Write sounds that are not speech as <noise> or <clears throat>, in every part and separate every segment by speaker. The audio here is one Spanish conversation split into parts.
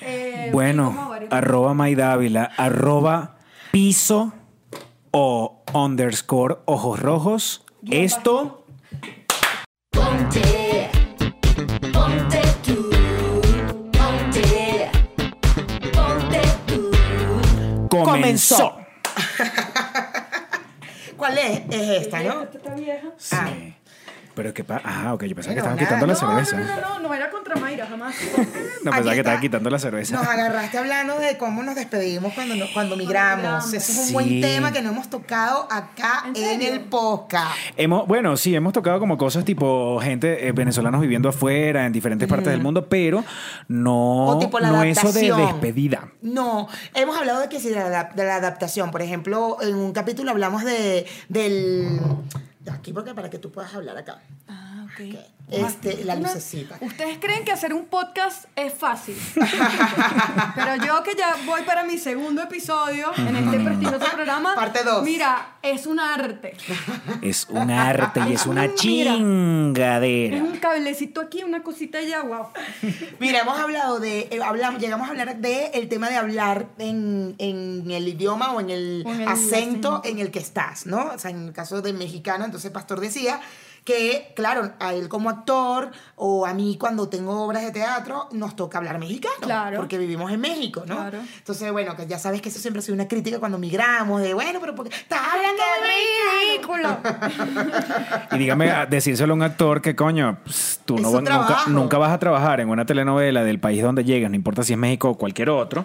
Speaker 1: eh, como
Speaker 2: Bueno,
Speaker 1: varios-
Speaker 2: arroba Maidávila, arroba piso o underscore ojos rojos. Esto,
Speaker 3: Ponte, ponte tú, ponte, ponte tú.
Speaker 2: comenzó.
Speaker 4: Comenzó. ¿Cuál es? Es esta, ¿no? Ah,
Speaker 1: Esta está vieja.
Speaker 2: Sí. Pero que pasa. Ah, ok, yo pensaba que
Speaker 4: Bueno,
Speaker 2: estaban quitando la
Speaker 4: nada,
Speaker 1: No, no,
Speaker 2: cerveza.
Speaker 1: no, no, no, no era contra Mayra, jamás.
Speaker 2: No
Speaker 4: Aquí
Speaker 2: pensaba que
Speaker 4: está.
Speaker 2: estaban quitando la cerveza.
Speaker 4: Nos agarraste hablando de cómo nos despedimos cuando, no- cuando migramos.
Speaker 1: migramos.
Speaker 4: Eso es un
Speaker 2: Sí.
Speaker 4: buen tema que no hemos tocado acá
Speaker 1: ¿En
Speaker 4: en,
Speaker 1: serio?
Speaker 4: el podcast.
Speaker 2: Hemos, bueno, sí, hemos tocado como cosas tipo gente, eh, venezolanos viviendo afuera, en diferentes partes del mundo, pero no,
Speaker 4: o tipo la
Speaker 2: no eso
Speaker 4: adaptación.
Speaker 2: de despedida.
Speaker 4: No, hemos hablado de que si de la, adap- de la adaptación, por ejemplo, en un capítulo hablamos de del de aquí porque para que tú puedas hablar acá.
Speaker 1: <laughs> Ah, ok.
Speaker 4: Este, la
Speaker 1: Una-
Speaker 4: lucecita.
Speaker 1: Ustedes creen que hacer un podcast es
Speaker 4: <laughs>
Speaker 1: fácil. Pero yo que ya voy para mi segundo episodio en este prestigioso programa.
Speaker 4: Parte dos.
Speaker 1: Mira, es un arte.
Speaker 2: Es un arte y es una
Speaker 1: Mira. Es
Speaker 2: chingadera.
Speaker 1: un cablecito aquí, una cosita allá, wow.
Speaker 4: Mira, hemos hablado de eh, hablamos, llegamos a hablar de el tema de hablar en, en el idioma o en el,
Speaker 1: O en el
Speaker 4: acento
Speaker 1: acento.
Speaker 4: en el que estás, ¿no? O sea, en el caso de mexicano, entonces Pastor decía que, claro, a él como actor o a mí cuando tengo obras de teatro nos toca hablar mexicano,
Speaker 1: Claro.
Speaker 4: porque vivimos en México, ¿no?
Speaker 1: Claro.
Speaker 4: Entonces, bueno, que ya sabes que eso siempre ha sido una crítica cuando migramos, de, bueno, pero porque estás hablando de mexicano.
Speaker 1: ridículo!
Speaker 2: Y dígame, a- decírselo a un actor que coño, ps, tú
Speaker 4: Es
Speaker 2: no
Speaker 4: su
Speaker 2: vas- nunca,
Speaker 4: trabajo.
Speaker 2: nunca vas a trabajar en una telenovela del país donde llegas, no importa si es México o cualquier otro,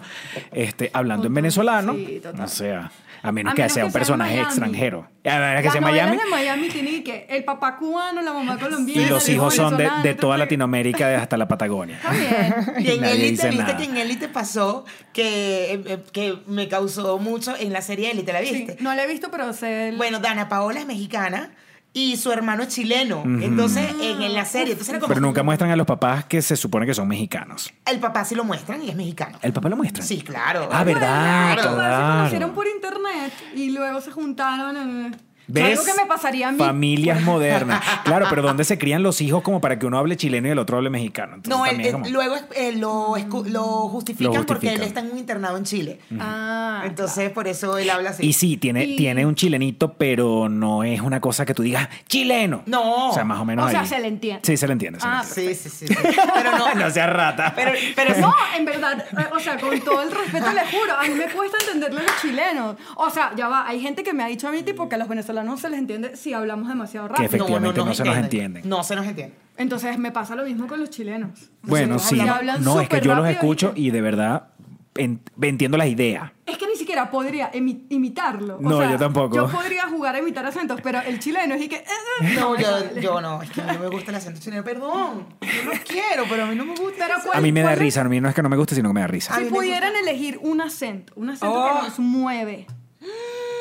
Speaker 2: este, hablando en
Speaker 1: Total,
Speaker 2: venezolano.
Speaker 1: sí, total.
Speaker 2: O sea, a menos
Speaker 1: A
Speaker 2: que
Speaker 1: menos
Speaker 2: sea
Speaker 1: que
Speaker 2: un
Speaker 1: sea en
Speaker 2: personaje
Speaker 1: Miami.
Speaker 2: extranjero. A menos que
Speaker 1: Las
Speaker 2: sea en
Speaker 1: novelas
Speaker 2: Miami.
Speaker 1: de Miami tiene que el papá cubano, la mamá colombiana.
Speaker 2: Y los
Speaker 1: el hijo
Speaker 2: hijos son de,
Speaker 1: venezolano,
Speaker 2: de toda
Speaker 1: entonces-
Speaker 2: Latinoamérica de hasta la Patagonia.
Speaker 1: También.
Speaker 4: <laughs> Y en
Speaker 2: Nadie dice
Speaker 4: Elite, viste
Speaker 2: nada.
Speaker 4: que en Elite pasó que, eh, eh, que me causó mucho en la serie Elite, ¿la
Speaker 1: Sí,
Speaker 4: viste?
Speaker 1: no la he visto, pero sé. el-
Speaker 4: Bueno, Dana Paola es mexicana y su hermano es chileno. Entonces, en,
Speaker 1: Ah.
Speaker 4: en la serie, entonces era como.
Speaker 2: Pero nunca muestran a los papás que se supone que son mexicanos.
Speaker 4: El papá sí lo muestran y es mexicano.
Speaker 2: ¿El papá lo muestra?
Speaker 4: Sí, claro.
Speaker 2: Ah, verdad,
Speaker 1: Bueno, Se
Speaker 2: claro.
Speaker 1: conocieron por internet y luego se juntaron. En...
Speaker 2: ¿Ves?
Speaker 1: Algo que me pasaría a mí. <laughs>
Speaker 2: Familias modernas. Claro, pero ¿dónde se crían los hijos como para que uno hable chileno y el otro hable mexicano? Entonces,
Speaker 4: No, él-
Speaker 2: también
Speaker 4: él-
Speaker 2: como-
Speaker 4: luego es- eh, lo, escu-
Speaker 1: Mm.
Speaker 4: lo justifican
Speaker 2: Lo
Speaker 4: porque él
Speaker 2: justifican. Mm.
Speaker 4: está en un internado en Chile.
Speaker 1: Ah,
Speaker 4: Entonces, por eso él habla así.
Speaker 2: Y sí, tiene,
Speaker 1: Y-
Speaker 2: tiene un chilenito, pero no es una cosa que tú digas chileno.
Speaker 4: No.
Speaker 2: O sea, más o menos.
Speaker 1: O sea,
Speaker 2: ahí.
Speaker 1: se le entiende.
Speaker 2: Sí, se le entiende. se le
Speaker 1: Ah,
Speaker 2: entiende.
Speaker 4: sí, sí, sí, sí. Pero no.
Speaker 2: <laughs> no seas rata.
Speaker 4: Pero, pero
Speaker 1: No, en verdad, eh, o sea, con todo el respeto le juro, a mí me cuesta entenderle a los chilenos. O sea, ya va, hay gente que me ha dicho a mí, tipo, que a los venezolanos se les entiende si hablamos demasiado
Speaker 2: Que
Speaker 1: rápido.
Speaker 2: efectivamente. no se nos entienden.
Speaker 4: No se nos entiende.
Speaker 1: Entonces me pasa lo mismo con los chilenos.
Speaker 2: bueno,
Speaker 4: nos
Speaker 2: sí.
Speaker 1: hablan
Speaker 2: No, es que
Speaker 1: súper
Speaker 2: yo los
Speaker 1: rápido y-
Speaker 2: escucho y de verdad en- entiendo las ideas.
Speaker 1: Es que ni siquiera podría imi- imitarlo. O
Speaker 2: No,
Speaker 1: sea,
Speaker 2: yo tampoco.
Speaker 1: Yo podría jugar a imitar acentos, pero el chileno es y que. eh, eh,
Speaker 4: No,
Speaker 1: me
Speaker 4: yo,
Speaker 1: sale.
Speaker 4: yo no. Es que a mí no me gusta el acento chileno. Perdón. Yo lo quiero, pero a mí no me gusta.
Speaker 1: Pero
Speaker 4: el acento.
Speaker 1: ¿Cuál-
Speaker 2: A mí me da
Speaker 1: cuál es? Ah,
Speaker 2: risa. A mí no es que no me guste, sino que me da risa.
Speaker 4: A mí
Speaker 1: Si
Speaker 4: me
Speaker 1: pudieran elegir un acento, un acento
Speaker 4: Oh.
Speaker 1: que nos mueve,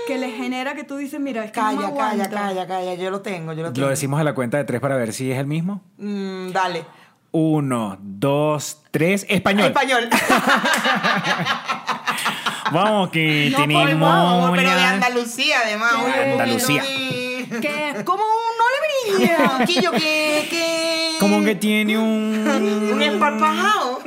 Speaker 1: que le genera que tú dices, mira, es que no me
Speaker 4: Calla,
Speaker 1: aguanto.
Speaker 4: calla, calla, calla. Yo lo tengo, yo lo tengo.
Speaker 2: Lo decimos a la cuenta de tres para ver si es el mismo.
Speaker 4: Mm, dale.
Speaker 2: Uno, dos, tres. Español.
Speaker 4: Español.
Speaker 2: <laughs> Vamos
Speaker 1: <laughs>
Speaker 2: que
Speaker 1: No, pues,
Speaker 2: tenemos.
Speaker 4: Ay, vamos, pero de
Speaker 2: una-
Speaker 4: Andalucía, además.
Speaker 1: De
Speaker 4: un poquito
Speaker 2: Andalucía.
Speaker 4: de-
Speaker 1: Que es como un no le brilla.
Speaker 4: Quillo, que, que...
Speaker 2: Como que tiene un.
Speaker 4: Un esparpajado.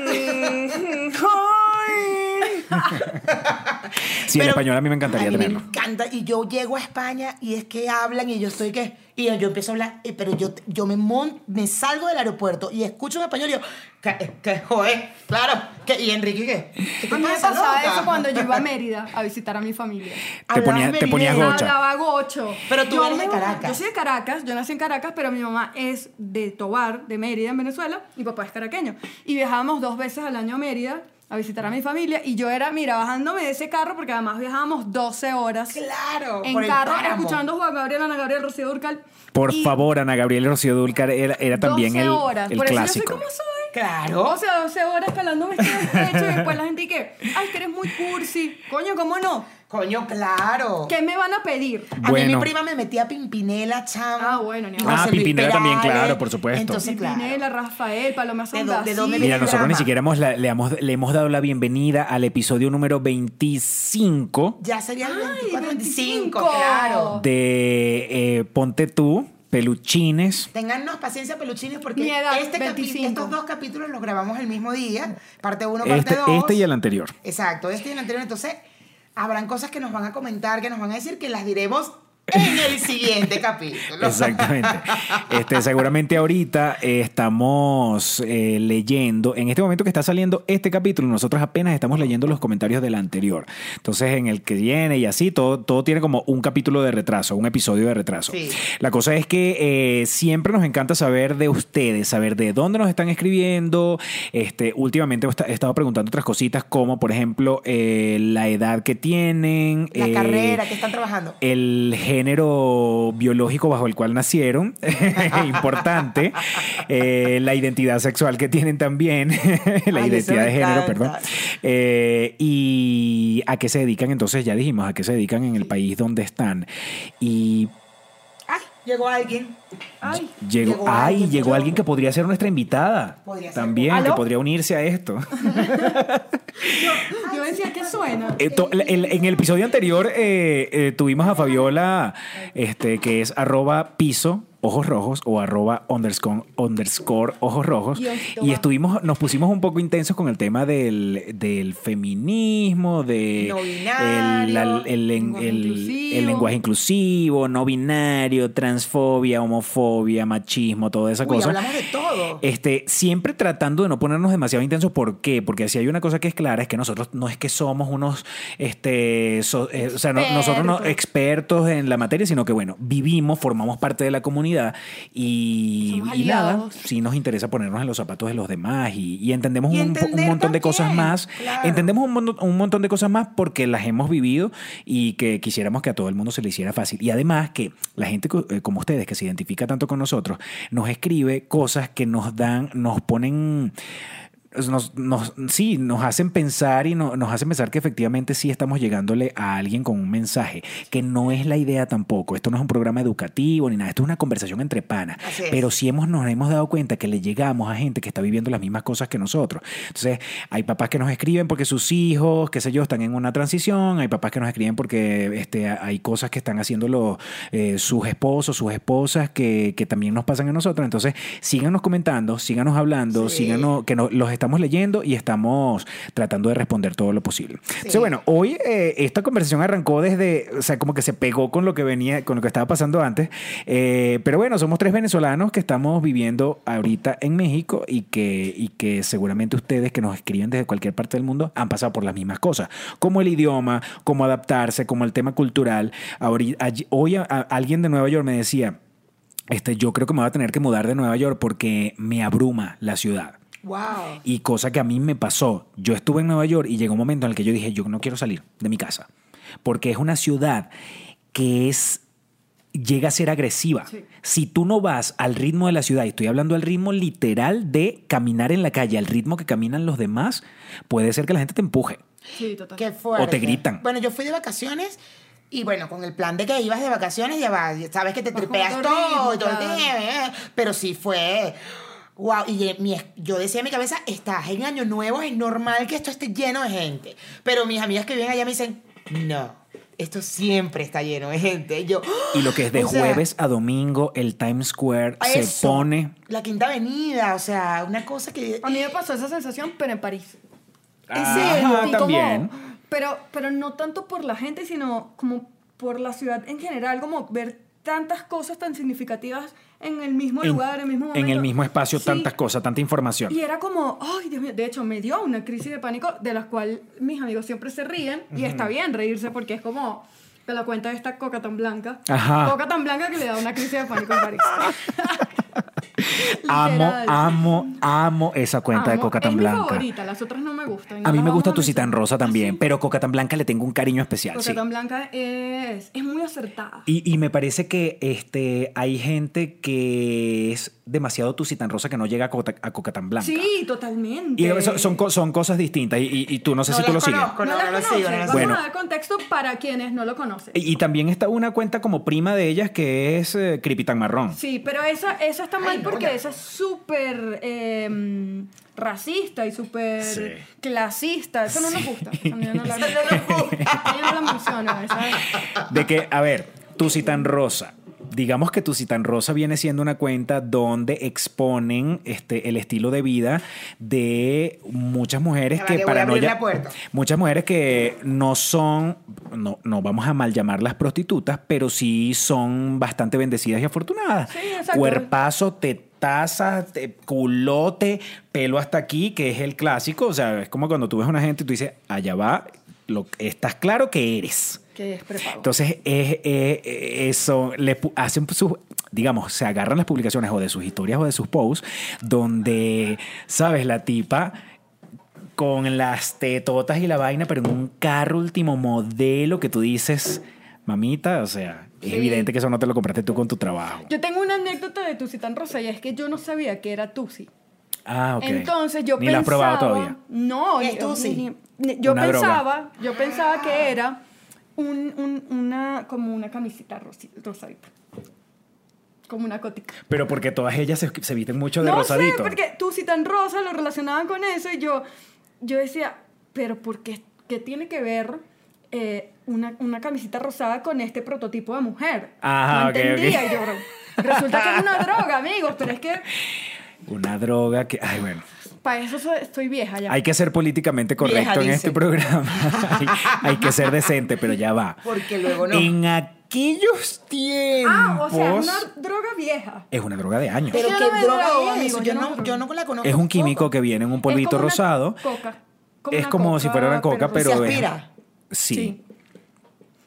Speaker 2: Sí, el
Speaker 4: Pero-
Speaker 2: español a mí me encantaría
Speaker 4: Ay, me
Speaker 2: tenerlo.
Speaker 4: encanta. Y yo llego a España y es que hablan y yo estoy que... Y yo empiezo a hablar, y- pero yo, yo me mon- me salgo del aeropuerto y escucho en español y yo... Que, que joder, claro. Que, y Enrique, ¿qué? <laughs> ¿Qué te
Speaker 1: A mí me
Speaker 4: pasa,
Speaker 1: pasaba
Speaker 4: loca?
Speaker 1: eso cuando yo iba a Mérida a visitar a mi familia.
Speaker 2: Te,
Speaker 4: Hablabas
Speaker 2: ponía- te ponías
Speaker 4: merengue.
Speaker 2: gocha.
Speaker 1: Hablaba gocho.
Speaker 4: Pero tú
Speaker 1: Yo
Speaker 4: eres de
Speaker 1: me-
Speaker 4: Caracas.
Speaker 1: Yo soy de Caracas, yo nací en Caracas, pero mi mamá es de Tobar, de Mérida, en Venezuela. Mi papá es caraqueño. Y viajábamos dos veces al año a Mérida a visitar a mi familia. Y yo era, mira, bajándome de ese carro, porque además viajábamos 12 horas.
Speaker 4: Claro.
Speaker 1: En
Speaker 4: por el
Speaker 1: carro,
Speaker 4: páramo.
Speaker 1: escuchando a Juan Gabriel, Ana Gabriel, Rocío Durcal.
Speaker 2: Por
Speaker 1: Y
Speaker 2: favor, Ana Gabriela Rocío Dúrcal era, era también
Speaker 1: 12
Speaker 2: el,
Speaker 1: horas.
Speaker 2: el
Speaker 1: Por eso yo soy
Speaker 2: clásico.
Speaker 1: como soy.
Speaker 4: Claro.
Speaker 1: O sea, 12 horas calándome este pecho
Speaker 2: <laughs>
Speaker 1: y después la gente y que, ay, que eres muy cursi. Coño, ¿cómo no?
Speaker 4: Coño, claro.
Speaker 1: ¿Qué me van a pedir?
Speaker 4: A mí
Speaker 2: Bueno.
Speaker 4: mi prima me metía Pimpinela, chama.
Speaker 1: Ah, bueno, ni
Speaker 4: José
Speaker 1: hablar.
Speaker 2: Ah,
Speaker 4: Luis
Speaker 2: Pimpinela también,
Speaker 4: Perales.
Speaker 2: claro, por supuesto.
Speaker 4: Entonces, claro.
Speaker 1: Pinela, Rafael, Paloma
Speaker 4: ¿De dó- de
Speaker 1: Sandací.
Speaker 4: dónde viene?
Speaker 2: Mira,
Speaker 4: el
Speaker 2: nosotros ni
Speaker 4: drama.
Speaker 2: siquiera hemos la- le, hemos, le hemos dado la bienvenida al episodio número 25
Speaker 4: Ya sería el
Speaker 1: Ay,
Speaker 4: 24, 25,
Speaker 1: 25.
Speaker 4: claro.
Speaker 2: de eh, Ponte tú. peluchines.
Speaker 4: Téngannos paciencia, peluchines, porque
Speaker 1: Mi edad,
Speaker 4: este capi-
Speaker 1: 25.
Speaker 4: estos dos capítulos los grabamos el mismo día, parte 1, parte
Speaker 2: Este,
Speaker 4: 2.
Speaker 2: este y el anterior.
Speaker 4: Exacto, este y el anterior. Entonces, habrán cosas que nos van a comentar, que nos van a decir, que las diremos en
Speaker 2: <laughs>
Speaker 4: el siguiente capítulo.
Speaker 2: Exactamente. Este, seguramente ahorita eh, estamos eh, leyendo, en este momento que está saliendo este capítulo, nosotros apenas estamos leyendo los comentarios del anterior. Entonces, en el que viene y así, todo, todo tiene como un capítulo de retraso, un episodio de retraso.
Speaker 4: Sí.
Speaker 2: La cosa es que eh, siempre nos encanta saber de ustedes, saber de dónde nos están escribiendo. Este, últimamente he esta- he estado preguntando otras cositas como, por ejemplo, eh, la edad que tienen.
Speaker 4: La
Speaker 2: eh,
Speaker 4: carrera que están trabajando.
Speaker 2: el género biológico bajo el cual nacieron, <laughs> importante, Eh, la identidad sexual que tienen también, <laughs> la
Speaker 4: Ay, eso
Speaker 2: identidad
Speaker 4: me
Speaker 2: de género,
Speaker 4: encanta.
Speaker 2: perdón, Eh, y a qué se dedican, entonces ya dijimos, a qué se dedican en el país donde están. Y
Speaker 4: Ay, llegó alguien.
Speaker 1: Ay.
Speaker 2: llegó,
Speaker 4: Llegó
Speaker 2: ay,
Speaker 4: alguien.
Speaker 2: llegó alguien que podría ser nuestra invitada,
Speaker 4: Podría ser.
Speaker 2: también, que
Speaker 1: ¿Aló?
Speaker 2: podría unirse a esto.
Speaker 1: Yo decía que suena.
Speaker 2: Eh, to- la- el- en el episodio anterior eh, eh, tuvimos a Fabiola, este, que es arroba piso ojos rojos o arroba underscore, underscore ojos rojos
Speaker 1: Guión
Speaker 2: y
Speaker 1: bajo.
Speaker 2: estuvimos nos pusimos un poco intensos con el tema del, del feminismo de
Speaker 4: No binario,
Speaker 2: el, la- el- el-
Speaker 1: lenguaje
Speaker 2: el-
Speaker 1: inclusivo.
Speaker 2: el lenguaje inclusivo no binario transfobia homofobia machismo toda esa
Speaker 4: Uy,
Speaker 2: cosa
Speaker 4: hablamos de todo.
Speaker 2: este, siempre tratando de no ponernos demasiado intensos. ¿Por qué? Porque si hay una cosa que es clara, es que nosotros no es que somos unos, este, so- eh, o sea, no- nosotros no expertos en la materia, sino que, bueno, vivimos, formamos parte de la comunidad y,
Speaker 1: Somos
Speaker 2: y nada,
Speaker 1: aliados.
Speaker 2: sí nos interesa ponernos en los zapatos de los demás y, y entendemos
Speaker 4: Y
Speaker 2: un, po- un
Speaker 4: entender
Speaker 2: montón de cosas
Speaker 4: también,
Speaker 2: más.
Speaker 4: claro.
Speaker 2: Entendemos un, mon- un montón de cosas más porque las hemos vivido y que quisiéramos que a todo el mundo se le hiciera fácil. Y además que la gente co- eh, como ustedes que se identifica tanto con nosotros nos escribe cosas que nos dan, nos ponen... Nos, nos- sí, nos hacen pensar y no- nos hacen pensar que efectivamente sí estamos llegándole a alguien con un mensaje, que no es la idea tampoco. Esto no es un programa educativo ni nada, esto es una conversación entre panas.
Speaker 4: Así es.
Speaker 2: Pero pero sí hemos, nos hemos dado cuenta que le llegamos a gente que está viviendo las mismas cosas que nosotros. Entonces, hay papás que nos escriben porque sus hijos, qué sé yo, están en una transición, hay papás que nos escriben porque este, a- hay cosas que están haciendo los, eh, sus esposos, sus esposas, que, que también nos pasan a nosotros. Entonces, síganos comentando, síganos hablando,
Speaker 4: Sí.
Speaker 2: síganos, que no- los estamos leyendo y estamos tratando de responder todo lo posible. Entonces, bueno, hoy eh, esta conversación arrancó desde, o sea, como que se pegó con lo que venía, con lo que estaba pasando antes. Eh, pero bueno, somos tres venezolanos que estamos viviendo ahorita en México y que, y que seguramente ustedes que nos escriben desde cualquier parte del mundo han pasado por las mismas cosas, como el idioma, como adaptarse, como el tema cultural. Ahori- allí- hoy a- a- alguien de Nueva York me decía, este, yo creo que me voy a tener que mudar de Nueva York porque me abruma la ciudad.
Speaker 4: Wow.
Speaker 2: Y cosa que a mí me pasó. Yo estuve en Nueva York y llegó un momento en el que yo dije, yo no quiero salir de mi casa. Porque es una ciudad que es llega a ser agresiva.
Speaker 1: Sí.
Speaker 2: Si tú no vas al ritmo de la ciudad, y estoy hablando al ritmo literal de caminar en la calle, al ritmo que caminan los demás, puede ser que la gente te empuje.
Speaker 1: Sí, total.
Speaker 4: Qué fuerte.
Speaker 2: O te gritan.
Speaker 4: Bueno, yo fui de vacaciones y bueno, con el plan de que ibas de vacaciones, ya vas, ya sabes que te
Speaker 1: Vas con
Speaker 4: tripeas
Speaker 1: otro
Speaker 4: todo,
Speaker 1: ritmo,
Speaker 4: todo el
Speaker 1: claro.
Speaker 4: día, eh, pero sí fue. Wow, y eh, mi es- yo decía en mi cabeza, estás en Año Nuevo, es normal que esto esté lleno de gente. Pero mis amigas que viven allá me dicen, no, esto siempre está lleno de gente. Y yo,
Speaker 2: Y lo que es de
Speaker 4: o sea,
Speaker 2: jueves a domingo, el Times Square
Speaker 4: a
Speaker 2: se
Speaker 4: "¡Ah!". eso,
Speaker 2: pone...
Speaker 4: La Quinta Avenida, o sea, una cosa que.
Speaker 1: A mí me pasó esa sensación, pero en París.
Speaker 2: Ajá,
Speaker 1: Y como-
Speaker 2: también.
Speaker 1: pero, pero no tanto por la gente, sino como por la ciudad en general, como ver tantas cosas tan significativas en el mismo
Speaker 2: En-
Speaker 1: lugar, en el mismo momento.
Speaker 2: en el mismo espacio,
Speaker 1: Sí.
Speaker 2: tantas cosas, tanta información.
Speaker 1: Y era como, ay, Dios mío, de hecho me dio una crisis de pánico de la cual mis amigos siempre se ríen y está bien reírse porque es como te la cuenta de esta coca tan blanca.
Speaker 2: Ajá.
Speaker 1: Coca tan blanca que le da una crisis de pánico en París.
Speaker 2: <laughs> Amo,
Speaker 1: Literal.
Speaker 2: amo, amo esa cuenta de
Speaker 1: Amo.
Speaker 2: Coca tan
Speaker 1: es
Speaker 2: blanca.
Speaker 1: Mi favorita, las otras no me gustan.
Speaker 2: A mí
Speaker 1: Las
Speaker 2: me
Speaker 1: vamos
Speaker 2: gusta
Speaker 1: a
Speaker 2: tu
Speaker 1: mencionar.
Speaker 2: tan rosa también, pero Coca tan blanca le tengo un cariño especial.
Speaker 1: Coca
Speaker 2: Sí.
Speaker 1: tan blanca es, es muy acertada.
Speaker 2: Y, y me parece que este, hay gente que es demasiado tu tan rosa que no llega a Coca, a Coca tan blanca.
Speaker 1: Sí, totalmente.
Speaker 2: Y eso- son, co- son cosas distintas y, y- y tú no sé
Speaker 4: No
Speaker 2: si tú lo
Speaker 4: las
Speaker 2: sigues.
Speaker 4: conozco.
Speaker 1: no,
Speaker 4: No,
Speaker 1: las
Speaker 4: no lo
Speaker 1: conoces.
Speaker 4: sigo, no lo
Speaker 1: Vamos
Speaker 2: sigo.
Speaker 1: a dar contexto para quienes no lo conocen.
Speaker 2: Y, y también está una cuenta como prima de ellas que es eh, Creepy tan marrón.
Speaker 1: Sí, pero esa, esa está mal
Speaker 4: Ay, no,
Speaker 1: porque
Speaker 4: la-
Speaker 1: esa es súper eh, racista y súper
Speaker 2: Sí.
Speaker 1: clasista. Eso no nos gusta. Eso no,
Speaker 2: <laughs>
Speaker 1: no la,
Speaker 4: Eso
Speaker 1: <laughs>
Speaker 4: no nos gusta.
Speaker 1: Yo no la menciono, esa-
Speaker 2: De que, a ver, tu tan rosa, digamos que tu Citan Rosa viene siendo una cuenta donde exponen este, el estilo de vida de muchas mujeres
Speaker 4: Ya va,
Speaker 2: que
Speaker 4: que voy a
Speaker 2: para no
Speaker 4: abrir
Speaker 2: ya-
Speaker 4: la puerta.
Speaker 2: muchas mujeres que no son, no, no vamos a mal llamarlas prostitutas, pero sí son bastante bendecidas y afortunadas.
Speaker 1: Sí, exacto.
Speaker 2: Cuerpazo, tetazas, te- culote, pelo hasta aquí, que es el clásico. O sea, es como cuando tú ves a una gente y tú dices, allá va, lo, estás claro que eres.
Speaker 1: Que es prepago.
Speaker 2: Entonces, es, es- eso, le pu- hacen sus, digamos, se agarran las publicaciones o de sus historias o de sus posts, donde, ¿sabes? La tipa con las tetotas y la vaina, pero en un carro último modelo que tú dices, mamita, o sea, es
Speaker 1: Sí.
Speaker 2: evidente que eso no te lo compraste tú con tu trabajo.
Speaker 1: Yo tengo una anécdota de Tusi tan rosa y es que yo no sabía que era Tusi.
Speaker 2: Ah, ok.
Speaker 1: Entonces yo
Speaker 2: Ni
Speaker 1: pensaba.
Speaker 2: la has probado todavía.
Speaker 1: No,
Speaker 4: Es
Speaker 1: yo-
Speaker 4: Tusi.
Speaker 1: ni- ni- yo
Speaker 2: Una droga.
Speaker 1: pensaba, yo pensaba que era un, un- una, como una camisita rosi- rosadita. Como una cotica.
Speaker 2: Pero porque todas ellas se, se visten mucho de
Speaker 1: no
Speaker 2: rosadito.
Speaker 1: sé, porque tú si tan rosa lo relacionaban con eso y yo, yo decía, pero ¿por qué, qué tiene que ver eh, una, una camiseta rosada con este prototipo de mujer?
Speaker 2: Ajá,
Speaker 1: no
Speaker 2: ok,
Speaker 1: entendía
Speaker 2: ok.
Speaker 1: y yo, "Bro, resulta que es
Speaker 2: <laughs>
Speaker 1: una droga, amigos, pero es que
Speaker 2: Una droga que, ay, bueno.
Speaker 1: para eso soy- estoy vieja ya.
Speaker 2: Hay que ser políticamente correcto
Speaker 4: Vieja,
Speaker 2: en
Speaker 4: dice.
Speaker 1: <laughs>
Speaker 2: este programa. hay, hay que ser decente, pero ya va.
Speaker 4: Porque luego no.
Speaker 2: En aquellos tiempos.
Speaker 1: ah, o sea, una droga vieja.
Speaker 2: Es una droga de años.
Speaker 4: Pero
Speaker 1: Yo no
Speaker 4: qué
Speaker 1: me drogo,
Speaker 4: droga es
Speaker 1: amigo, yo
Speaker 4: eso. Yo
Speaker 1: no me
Speaker 4: no,
Speaker 1: drogo.
Speaker 4: yo no la conozco.
Speaker 2: es un
Speaker 4: tampoco.
Speaker 2: químico que viene en un polvito
Speaker 1: Es como una
Speaker 2: rosado.
Speaker 1: coca.
Speaker 2: es
Speaker 1: una
Speaker 2: como si fuera una coca, pero.
Speaker 4: Se
Speaker 2: es-
Speaker 4: aspira.
Speaker 2: Sí.
Speaker 1: Sí.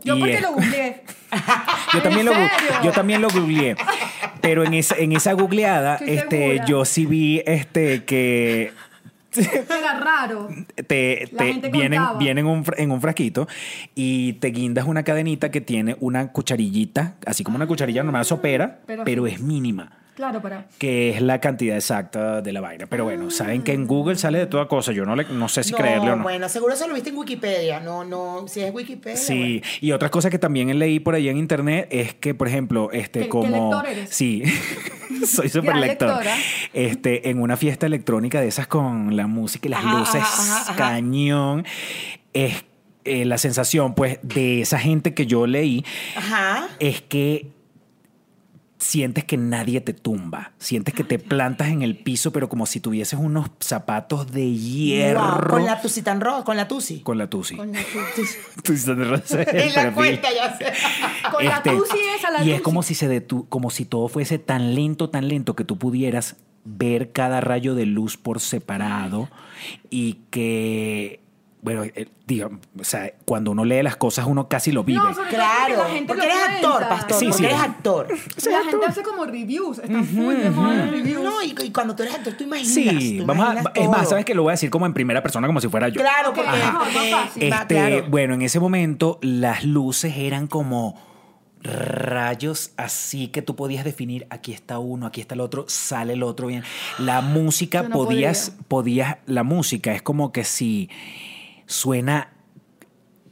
Speaker 1: Yo
Speaker 2: Y
Speaker 1: porque
Speaker 2: es-
Speaker 1: lo googleé.
Speaker 2: yo también lo,
Speaker 1: ¿En
Speaker 2: gu-
Speaker 1: serio?
Speaker 2: yo también lo
Speaker 1: <laughs>
Speaker 2: googleé. Pero en esa, en esa googleada,
Speaker 1: Estoy
Speaker 2: este,
Speaker 1: segura.
Speaker 2: yo sí vi este que
Speaker 1: Era raro.
Speaker 2: te,
Speaker 1: La
Speaker 2: te
Speaker 1: gente
Speaker 2: vienen,
Speaker 1: contaba.
Speaker 2: vienen un fra- en un frasquito y te guindas una cadenita que tiene una cucharillita, así como una cucharilla normal sopera, pero,
Speaker 1: pero
Speaker 2: es mínima,
Speaker 1: Claro, para.
Speaker 2: que es la cantidad exacta de la vaina. Pero bueno, saben que en Google sale de toda cosa. Yo no, le, no sé si
Speaker 4: No,
Speaker 2: creerle o pues, no.
Speaker 4: bueno, seguro eso lo viste en Wikipedia. No, no, si es Wikipedia.
Speaker 2: Sí, y otra cosa que también leí por ahí en internet es que, por ejemplo, este,
Speaker 1: ¿Qué- qué
Speaker 2: como.
Speaker 1: lector eres?
Speaker 2: Sí, <laughs> soy súper lector.
Speaker 1: lectora.
Speaker 2: Este, en una fiesta electrónica de esas con la música y las
Speaker 4: Ajá,
Speaker 2: luces,
Speaker 4: ajá, ajá, ajá.
Speaker 2: cañón, es eh, la sensación, pues, de esa gente que yo leí
Speaker 4: bueno. Ajá.
Speaker 2: es que sientes que nadie te tumba, sientes que te plantas en el piso, pero como si tuvieses unos zapatos de hierro.
Speaker 4: Wow, con la Tusi tan roja, con la Tusi.
Speaker 2: Con la tusi.
Speaker 1: Con la,
Speaker 2: <laughs>
Speaker 1: <laughs>
Speaker 2: Tusi Sanders, el
Speaker 4: en la
Speaker 2: perfil.
Speaker 4: cuenta, ya sé.
Speaker 1: con la
Speaker 2: Este,
Speaker 1: Tusi esa, la
Speaker 2: y es
Speaker 1: Tusi.
Speaker 2: como si se detu- como si todo fuese tan lento, tan lento que tú pudieras ver cada rayo de luz por separado y que bueno, eh, diga, o sea, cuando uno lee las cosas uno casi lo vive.
Speaker 1: sobre todo
Speaker 4: Claro.
Speaker 1: porque la gente
Speaker 4: Porque
Speaker 1: lo
Speaker 4: eres actor,
Speaker 1: cuenta.
Speaker 4: pastor.
Speaker 2: Sí,
Speaker 4: porque
Speaker 2: sí.
Speaker 4: eres actor.
Speaker 1: La gente hace como reviews. Están full de moda los reviews.
Speaker 4: No, y, y cuando tú eres actor, tú imaginas.
Speaker 2: Sí,
Speaker 4: tú
Speaker 2: vamos a,
Speaker 4: imaginas
Speaker 2: es más,
Speaker 4: todo.
Speaker 2: ¿sabes que Lo voy a decir como en primera persona, como si fuera yo.
Speaker 4: Claro,
Speaker 1: Ok,
Speaker 4: porque.
Speaker 1: ajá.
Speaker 4: porque-
Speaker 1: Más fácil.
Speaker 4: va,
Speaker 2: Este,
Speaker 4: claro.
Speaker 2: Bueno, en ese momento las luces eran como rayos así que tú podías definir aquí está uno, aquí está el otro, sale el otro bien.
Speaker 1: <gasps>
Speaker 2: La música
Speaker 1: Yo no
Speaker 2: podías, podías, la música es como que si suena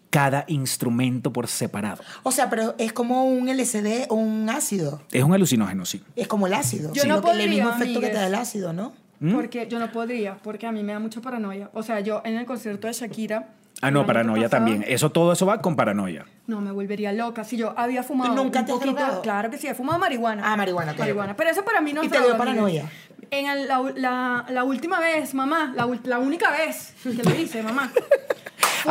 Speaker 2: cada instrumento por separado.
Speaker 4: O sea, pero es como un LSD o un ácido.
Speaker 2: Es un alucinógeno, sí.
Speaker 4: Es como el ácido.
Speaker 1: Yo no
Speaker 4: Lo que- El
Speaker 1: podría,
Speaker 4: mismo efecto que te da el
Speaker 1: amigues.
Speaker 4: ácido, ¿no?
Speaker 1: Porque yo no podría, porque a mí me da mucha paranoia. O sea, yo en el concierto de Shakira.
Speaker 2: Ah,
Speaker 1: el
Speaker 2: no,
Speaker 1: año
Speaker 2: paranoia
Speaker 1: pasado,
Speaker 2: también. Eso, todo eso va con paranoia.
Speaker 1: No, me volvería loca. Si yo había fumado.
Speaker 4: ¿Nunca
Speaker 1: un
Speaker 4: te has
Speaker 1: poquito-
Speaker 4: drogado?
Speaker 1: Claro que sí, he fumado marihuana.
Speaker 4: Ah, marihuana, ok.
Speaker 1: Marihuana. Pero eso para mí no
Speaker 4: ¿Y
Speaker 1: es
Speaker 4: te dio
Speaker 1: droga, amiga.
Speaker 4: paranoia?
Speaker 1: En el- la, la- la última vez, mamá, la, ul- la única vez que lo hice, mamá. fue-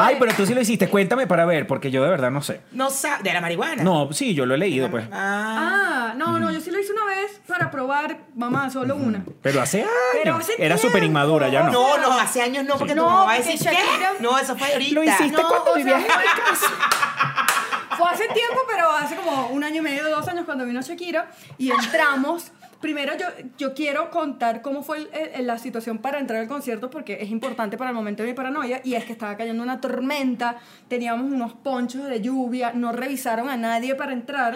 Speaker 2: Ay, pero tú sí lo hiciste. Cuéntame para ver, porque yo de verdad no sé.
Speaker 4: No sabe. De la marihuana.
Speaker 2: No, sí, yo lo he leído, pues.
Speaker 4: <laughs> Ah.
Speaker 1: Ah, no, no, yo sí lo hice una vez para probar, mamá, solo una.
Speaker 2: Pero hace años.
Speaker 1: Pero hace
Speaker 2: Era súper
Speaker 1: tiempo.
Speaker 2: inmadura, ya no.
Speaker 4: No, no, hace años no, porque
Speaker 1: No,
Speaker 4: tu mamá va a
Speaker 1: porque
Speaker 4: decir, ¿qué?
Speaker 1: Shakira-
Speaker 4: No, eso fue ahorita.
Speaker 2: Lo hiciste
Speaker 4: No,
Speaker 2: cuando
Speaker 1: o sea,
Speaker 2: vivías en
Speaker 1: fue- <laughs> Fue hace tiempo, pero hace como un año y medio, dos años, cuando vino Shakira y entramos. Primero yo, yo quiero contar cómo fue el- el- la situación para entrar al concierto porque es importante para el momento de mi paranoia y es que estaba cayendo una tormenta, teníamos unos ponchos de lluvia, no revisaron a nadie para
Speaker 2: <gasps>
Speaker 1: entrar.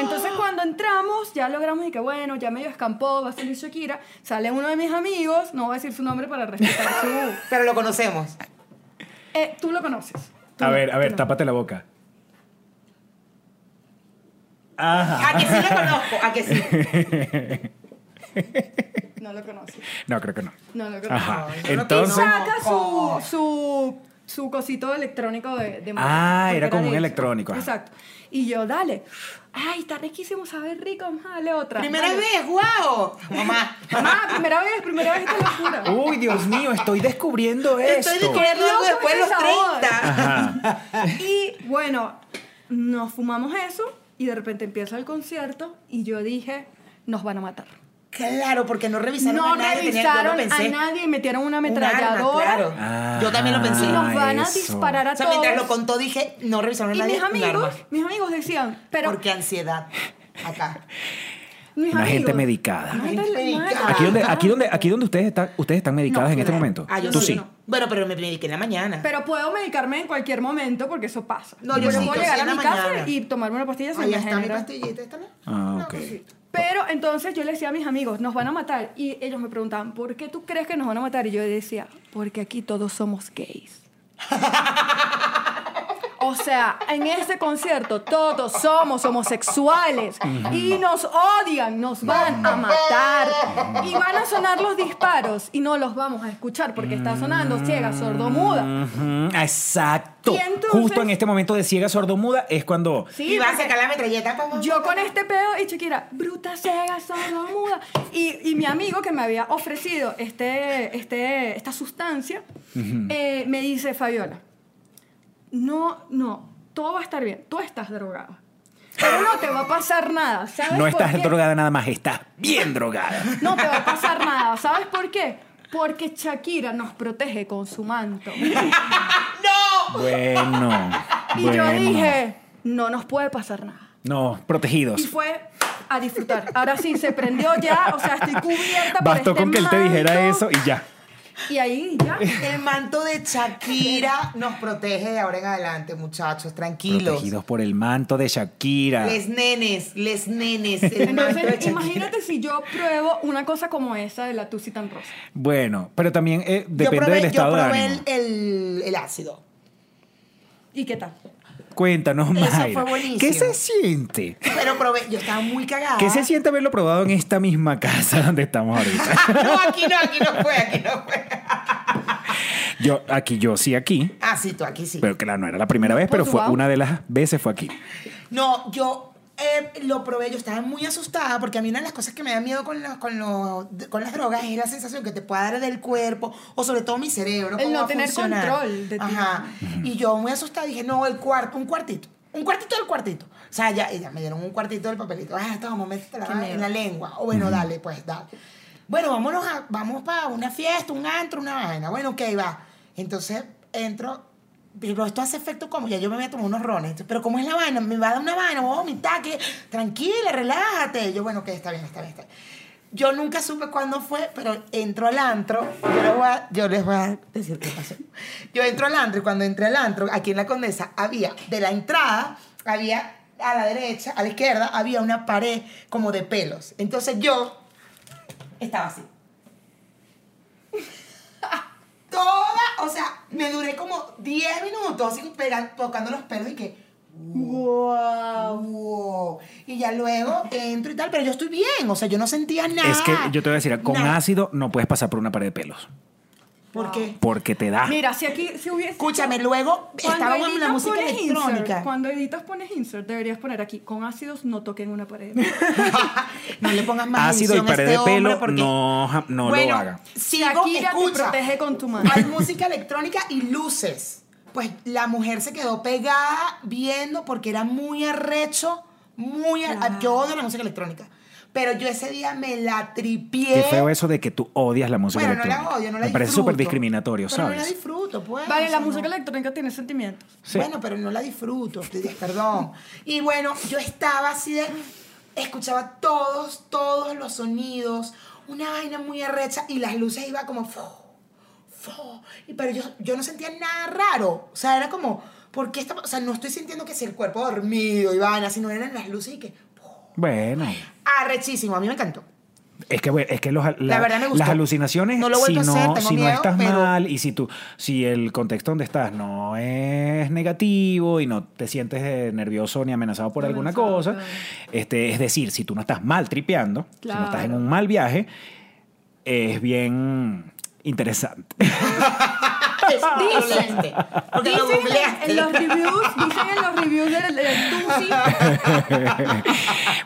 Speaker 1: Entonces cuando entramos ya logramos y que bueno, ya medio escampó, va a salir Shakira, sale uno de mis amigos, no voy a decir su nombre para respetar
Speaker 2: <laughs>
Speaker 1: su...
Speaker 4: Pero lo conocemos.
Speaker 1: Eh, tú lo conoces. Tú
Speaker 2: A
Speaker 1: no,
Speaker 2: ver, a
Speaker 1: tú
Speaker 2: ver,
Speaker 1: no.
Speaker 2: tápate la boca. Ajá.
Speaker 1: Ah,
Speaker 4: A que <laughs> sí lo conozco, a que sí.
Speaker 1: No lo conoces.
Speaker 2: <laughs> No, creo que no.
Speaker 1: No lo conozco.
Speaker 2: Ajá.
Speaker 4: Ay, yo
Speaker 2: Ah,
Speaker 4: no
Speaker 2: Entonces,
Speaker 4: tengo-
Speaker 1: saca su,
Speaker 4: Oh.
Speaker 1: su, su cosito electrónico de, de
Speaker 2: Ah,
Speaker 1: porque
Speaker 2: era como un
Speaker 1: de-
Speaker 2: electrónico, ajá.
Speaker 1: Exacto. Y yo, dale. Ay, está riquísimo, sabe rico, vamos a darle otra.
Speaker 4: Primera
Speaker 1: Dale.
Speaker 4: vez, wow. Mamá.
Speaker 1: Mamá, primera vez, primera vez, te lo juro.
Speaker 2: <laughs> Uy, Dios mío, estoy descubriendo esto.
Speaker 4: Estoy descubriendo algo
Speaker 1: Loco,
Speaker 4: después de los
Speaker 1: ese sabor.
Speaker 4: 30.
Speaker 2: Ajá.
Speaker 1: Y bueno, nos fumamos eso y de repente empieza el concierto y yo dije, nos van a matar.
Speaker 4: Claro, porque no revisaron
Speaker 1: No
Speaker 4: a nadie. tenía-
Speaker 1: revisaron
Speaker 4: yo lo pensé.
Speaker 1: a nadie y metieron una
Speaker 4: Un arma,
Speaker 1: ametralladora.
Speaker 4: claro. Yo también lo pensé.
Speaker 1: Y nos
Speaker 2: Ah,
Speaker 1: van a
Speaker 2: eso.
Speaker 1: disparar a
Speaker 4: o sea,
Speaker 1: todos.
Speaker 4: mientras lo contó dije, no revisaron a
Speaker 1: y
Speaker 4: nadie.
Speaker 1: mis
Speaker 4: un
Speaker 1: amigos,
Speaker 4: arma.
Speaker 1: mis amigos decían, pero
Speaker 4: Porque ansiedad. Acá.
Speaker 1: mis
Speaker 2: Una gente
Speaker 1: amigos-
Speaker 2: medicada.
Speaker 1: Una gente
Speaker 4: Gente
Speaker 1: medicada.
Speaker 4: medicada.
Speaker 2: Aquí donde, aquí donde, aquí donde ustedes están, ustedes están medicadas
Speaker 1: Ah. No,
Speaker 2: en este
Speaker 1: claro.
Speaker 2: momento.
Speaker 4: Ah, yo
Speaker 2: Tú
Speaker 1: no,
Speaker 2: sí.
Speaker 1: yo no.
Speaker 4: Bueno, pero me mediqué en la mañana.
Speaker 1: Pero puedo medicarme en cualquier momento porque eso pasa.
Speaker 4: No,
Speaker 1: Yo
Speaker 4: yo
Speaker 1: puedo
Speaker 4: sí, yo
Speaker 1: llegar
Speaker 4: sí
Speaker 1: a
Speaker 4: en
Speaker 1: mi
Speaker 4: la
Speaker 1: casa
Speaker 4: mañana.
Speaker 1: y tomarme una pastilla sin
Speaker 4: Ahí está mi
Speaker 1: generar-
Speaker 4: pastillita, ¿está bien?
Speaker 2: Ah,
Speaker 4: Una
Speaker 2: ok.
Speaker 4: cosita.
Speaker 1: Pero entonces yo le decía a mis amigos, nos van a matar. Y ellos me preguntaban, ¿por qué tú crees que nos van a matar? Y yo decía, porque aquí todos somos gays. O sea, en este concierto todos somos homosexuales y nos odian, nos van a matar y van a sonar los disparos y no los vamos a escuchar porque está sonando ciega, sordomuda.
Speaker 2: Ujú, Mm, Exacto.
Speaker 1: Y entonces-
Speaker 2: Justo en este momento de ciega sordomuda es cuando.
Speaker 1: Sí,
Speaker 4: y va a
Speaker 1: porque-
Speaker 4: sacar la metralleta. pa, pa, pa,
Speaker 1: Yo
Speaker 4: pa,
Speaker 1: con
Speaker 4: pa.
Speaker 1: este pedo y Shakira, bruta, cega, sordo, muda. Y, y mi amigo que me había ofrecido este, este, esta sustancia, eh, me dice, Fabiola, no, no, todo va a estar bien, tú estás drogada. Pero no te va a pasar nada, ¿sabes
Speaker 2: No
Speaker 1: por
Speaker 2: estás
Speaker 1: qué?
Speaker 2: drogada nada más, estás bien drogada.
Speaker 1: <laughs> No te va a pasar nada, ¿sabes por qué? Porque Shakira nos protege con su manto.
Speaker 2: Bueno.
Speaker 1: Oh. Y yo
Speaker 2: bueno.
Speaker 1: dije, no nos puede pasar nada.
Speaker 2: No,
Speaker 1: Y
Speaker 2: protegidos.
Speaker 1: fue a disfrutar. Ahora sí, se prendió ya, o sea, estoy cubierta. por
Speaker 2: Bastó
Speaker 1: este
Speaker 2: con que él te
Speaker 1: manto.
Speaker 2: dijera eso y ya.
Speaker 1: Y ahí ya.
Speaker 4: <laughs> El manto de Shakira nos protege de ahora en adelante, muchachos. Tranquilos.
Speaker 2: Protegidos por el manto de Shakira.
Speaker 4: Les nenes, les nenes. El manto de
Speaker 1: Entonces,
Speaker 4: Shakira.
Speaker 1: imagínate si yo pruebo una cosa como esa de la Tusi tan rosa.
Speaker 2: Bueno, pero también eh,
Speaker 4: yo
Speaker 2: depende
Speaker 4: probé,
Speaker 2: del estado
Speaker 4: yo
Speaker 2: de
Speaker 4: probé
Speaker 2: ánimo.
Speaker 4: El, el- el ácido.
Speaker 1: ¿Y qué tal?
Speaker 2: Cuéntanos,
Speaker 4: Eso fue
Speaker 2: Mayra.
Speaker 4: buenísimo. Ah.
Speaker 2: ¿Qué se siente?
Speaker 4: Pero probé, yo estaba muy cagada.
Speaker 2: ¿Qué se siente haberlo probado en esta misma casa donde estamos
Speaker 4: <laughs>
Speaker 2: ahorita?
Speaker 4: Ah, No, aquí no, aquí no fue, aquí no fue.
Speaker 2: Yo, aquí, yo sí aquí.
Speaker 4: Ah, sí, tú aquí sí.
Speaker 2: Pero claro, no era la primera vez, pero
Speaker 1: Pues,
Speaker 2: fue
Speaker 1: wow.
Speaker 2: una de las veces fue aquí.
Speaker 4: No, yo eh, lo probé, yo estaba muy asustada porque a mí una de las cosas que me da miedo con, los- con, los- con las drogas es la sensación que te pueda dar del cuerpo o sobre todo mi cerebro.
Speaker 1: El
Speaker 4: cómo
Speaker 1: no
Speaker 4: va a
Speaker 1: tener
Speaker 4: funcionar.
Speaker 1: control de ti.
Speaker 4: Ajá. Y yo muy asustada dije, no, el cuarto, un cuartito. Un cuartito del cuartito. O sea, ya, ya me dieron un cuartito del papelito. Ah, estos momentos te la
Speaker 1: Qué
Speaker 4: van
Speaker 1: miedo.
Speaker 4: en la lengua. O bueno, dale, pues, dale. Bueno, vámonos a- vamos para una fiesta, un antro, una vaina. Bueno, ok, va. Entonces entro, pero esto hace efecto como, ya yo me voy a tomar unos rones. Entonces, Pero ¿cómo es la vaina? Me va a dar una vaina, voy a vomitar, que tranquila, relájate. Yo, bueno, ok, está bien, está bien, está bien. Yo nunca supe cuándo fue, pero entro al antro. Yo les voy a, yo les voy a decir qué pasó. Yo entro al antro y cuando entré al antro, aquí en la Condesa, había de la entrada, había a la derecha, a la izquierda, había una pared como de pelos. Entonces yo estaba así. <laughs> Toda, o sea, me duré como 10 minutos así pega- tocando los pelos y que. Wow. Y ya luego entro y tal, pero yo estoy bien, o sea, yo no sentía nada.
Speaker 2: Es que yo te voy a decir, con
Speaker 4: Nada.
Speaker 2: ácido no puedes pasar por una pared de pelos.
Speaker 4: ¿Por qué?
Speaker 2: Porque te da.
Speaker 1: Mira, si aquí si hubiese.
Speaker 4: Escúchame, luego
Speaker 1: Cuando
Speaker 4: estaba con la
Speaker 1: editas
Speaker 4: música
Speaker 1: pones insert,
Speaker 4: electrónica. <laughs>
Speaker 1: cuando editas pones insert, deberías poner aquí, con ácidos no toquen una
Speaker 4: <laughs>
Speaker 1: pared.
Speaker 4: no le pongas más
Speaker 2: ácido y
Speaker 4: edición a
Speaker 2: pared
Speaker 4: este
Speaker 2: de pelo,
Speaker 4: hombre porque-
Speaker 2: no, ja- no
Speaker 4: bueno,
Speaker 2: lo haga.
Speaker 4: Sigo,
Speaker 1: Shakira te
Speaker 4: escucha.
Speaker 1: protege con tu mano.
Speaker 4: Hay música electrónica y luces. Pues la mujer se quedó pegada viendo porque era muy arrecho, muy ar-
Speaker 1: Claro.
Speaker 4: yo odio la música electrónica, pero yo ese día me la tripié.
Speaker 2: Qué feo eso de que tú odias la música
Speaker 4: Bueno, no
Speaker 2: electrónica.
Speaker 4: la odio, no la
Speaker 2: Me parece
Speaker 4: disfruto.
Speaker 2: súper discriminatorio,
Speaker 4: Pero
Speaker 2: ¿sabes?
Speaker 4: no la disfruto, pues.
Speaker 1: Vale,
Speaker 4: o
Speaker 1: la
Speaker 4: sea,
Speaker 1: música
Speaker 4: no.
Speaker 1: electrónica tiene sentimientos.
Speaker 2: Sí.
Speaker 4: Bueno, pero no la disfruto, perdón. Y bueno, yo estaba así de... Escuchaba todos, todos los sonidos, una vaina muy arrecha y las luces iba como... fu, fu, y pero yo, yo no sentía nada raro. O sea, era como... ¿Por qué esta- O sea, no estoy sintiendo que si el cuerpo dormido y vaina, sino eran las luces y que... fu,
Speaker 2: Bueno.
Speaker 4: Arrechísimo, a mí me encantó.
Speaker 2: Es que, bueno, es que los- la-
Speaker 4: verdad me gustó.
Speaker 2: las alucinaciones,
Speaker 4: No lo
Speaker 2: si,
Speaker 4: vuelvo a
Speaker 2: no,
Speaker 4: hacer, tengo
Speaker 2: si no
Speaker 4: miedo,
Speaker 2: estás
Speaker 4: pero-
Speaker 2: mal y si tú, si el contexto donde estás no es negativo y no te sientes eh, nervioso ni amenazado por alguna
Speaker 1: Amenazado,
Speaker 2: cosa,
Speaker 1: claro.
Speaker 2: este, es decir, si tú no estás mal tripeando, si no estás en
Speaker 1: Claro.
Speaker 2: un mal viaje, es bien interesante.
Speaker 1: Dicen,
Speaker 4: googleaste. Porque lo
Speaker 1: dicen en, en los
Speaker 4: googleaste.
Speaker 1: reviews, dicen en los reviews del, del Tusi,
Speaker 2: <laughs> <laughs>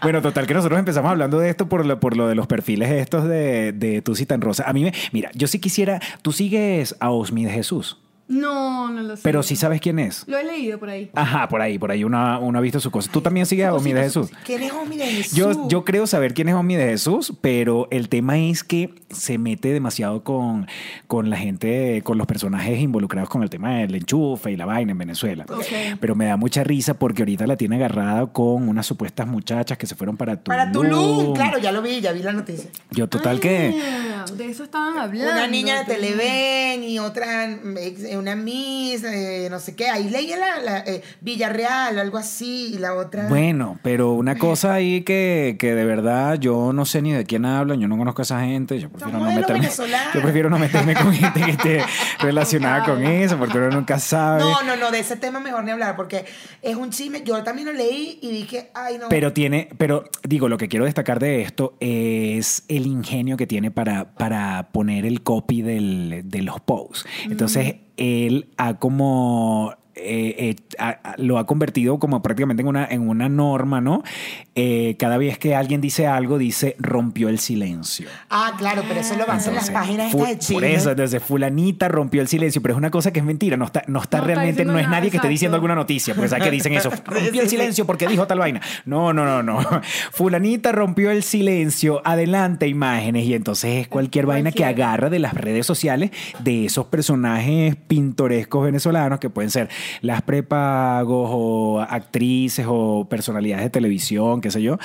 Speaker 2: bueno, total, que nosotros empezamos hablando de esto por lo, por lo de los perfiles estos de, de Tusi tan rosa. A mí me, mira, yo sí quisiera, tú sigues a Osmi de Jesús,
Speaker 1: No, no lo sé.
Speaker 2: pero sí sabes quién es.
Speaker 1: Lo he leído por ahí.
Speaker 2: Ajá, por ahí, por ahí uno, uno ha visto su cosa. Tú también sigues a Osmi de Jesús.
Speaker 4: ¿Quién es Omi de Jesús?
Speaker 2: Yo, yo creo saber quién es Omi de Jesús, pero el tema es que se mete demasiado con, con la gente, con los personajes involucrados con el tema del enchufe y la vaina en Venezuela.
Speaker 1: Ok.
Speaker 2: Pero me da mucha risa porque ahorita la tiene agarrada con unas supuestas muchachas que se fueron para Tulum.
Speaker 4: Para Tulum, claro, ya lo vi, ya vi la noticia.
Speaker 2: Yo total que...
Speaker 1: Ah, De eso estaban hablando.
Speaker 4: Una niña de
Speaker 1: Tulum.
Speaker 4: Televen y otra, mm, ex- eh, una Miss, eh, no sé qué. Ahí leí la, la, eh, Villarreal, algo así, y la otra.
Speaker 2: Bueno, pero una cosa ahí que, que de verdad yo no sé ni de quién hablan, yo no conozco a esa gente, yo prefiero no
Speaker 4: modelos
Speaker 2: meterme,
Speaker 4: venezolanos.
Speaker 2: yo prefiero no meterme con gente que
Speaker 4: <laughs>
Speaker 2: esté relacionada con eso, porque uno nunca sabe.
Speaker 4: No, no, no, de ese tema mejor ni hablar, porque es un chisme. Yo también lo leí y dije, ay, no.
Speaker 2: Pero tiene, pero digo, lo que quiero destacar de esto es el ingenio que tiene para, para poner el copy del- de los posts. Entonces, él ha como. eh, eh, ha- ha- lo ha convertido como prácticamente en una, en una norma, ¿no? Eh, cada vez que alguien dice algo, dice rompió el silencio.
Speaker 4: Ah, claro, pero eso lo basan en las
Speaker 2: Entonces,
Speaker 4: páginas
Speaker 2: fu-
Speaker 4: estas de chisme.
Speaker 2: Por eso, entonces fulanita rompió el silencio, pero es una cosa que es mentira, no está, no está
Speaker 1: No está
Speaker 2: realmente,
Speaker 1: diciendo
Speaker 2: no es
Speaker 1: nada,
Speaker 2: nadie que esté
Speaker 1: exacto.
Speaker 2: diciendo alguna noticia, pues ¿sabes que dicen
Speaker 4: <laughs>
Speaker 2: eso? Rompió el silencio porque dijo tal vaina. No, no, no, <laughs> no. Fulanita rompió el silencio, adelante imágenes, y entonces es cualquier vaina que
Speaker 1: Cualquier.
Speaker 2: agarra de las redes sociales de esos personajes pintorescos venezolanos que pueden ser las prepagos o actrices o personalidades de televisión, qué sé yo.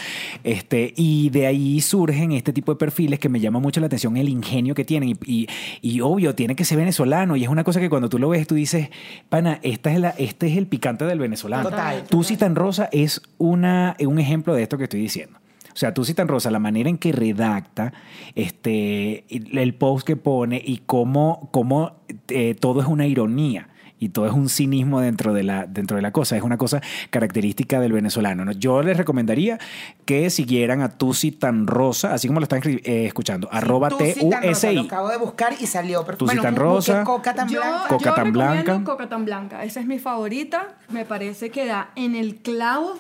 Speaker 2: Este, y de ahí surgen este tipo de perfiles que me llama mucho la atención el ingenio que tienen. Y, y- y obvio, tiene que ser venezolano. Y es una cosa que cuando tú lo ves, tú dices, pana, esta es la, este es el picante del venezolano.
Speaker 4: Total.
Speaker 2: Tú si tan rosa es una, eh, un ejemplo de esto que estoy diciendo. O sea, tú si tan rosa, la manera en que redacta este, el post que pone y cómo, cómo eh, todo es una ironía. Y todo es un cinismo dentro de, la, dentro de la cosa. Es una cosa característica del venezolano. ¿no? Yo les recomendaría que siguieran a Tusi Tan Rosa, así como lo están escri- eh, escuchando. arroba
Speaker 4: Tú sí tan rosa, Lo
Speaker 2: T-U-S-I.
Speaker 4: acabo de buscar y salió. Pero,
Speaker 2: Tú sí
Speaker 4: bueno,
Speaker 2: tan
Speaker 4: busqué
Speaker 2: rosa.
Speaker 4: Coca tan
Speaker 1: yo,
Speaker 4: blanca.
Speaker 2: Coca
Speaker 1: yo
Speaker 2: tan
Speaker 1: recomiendo
Speaker 2: blanca.
Speaker 1: Coca tan blanca. Esa es mi favorita. Me parece que da en el clavo.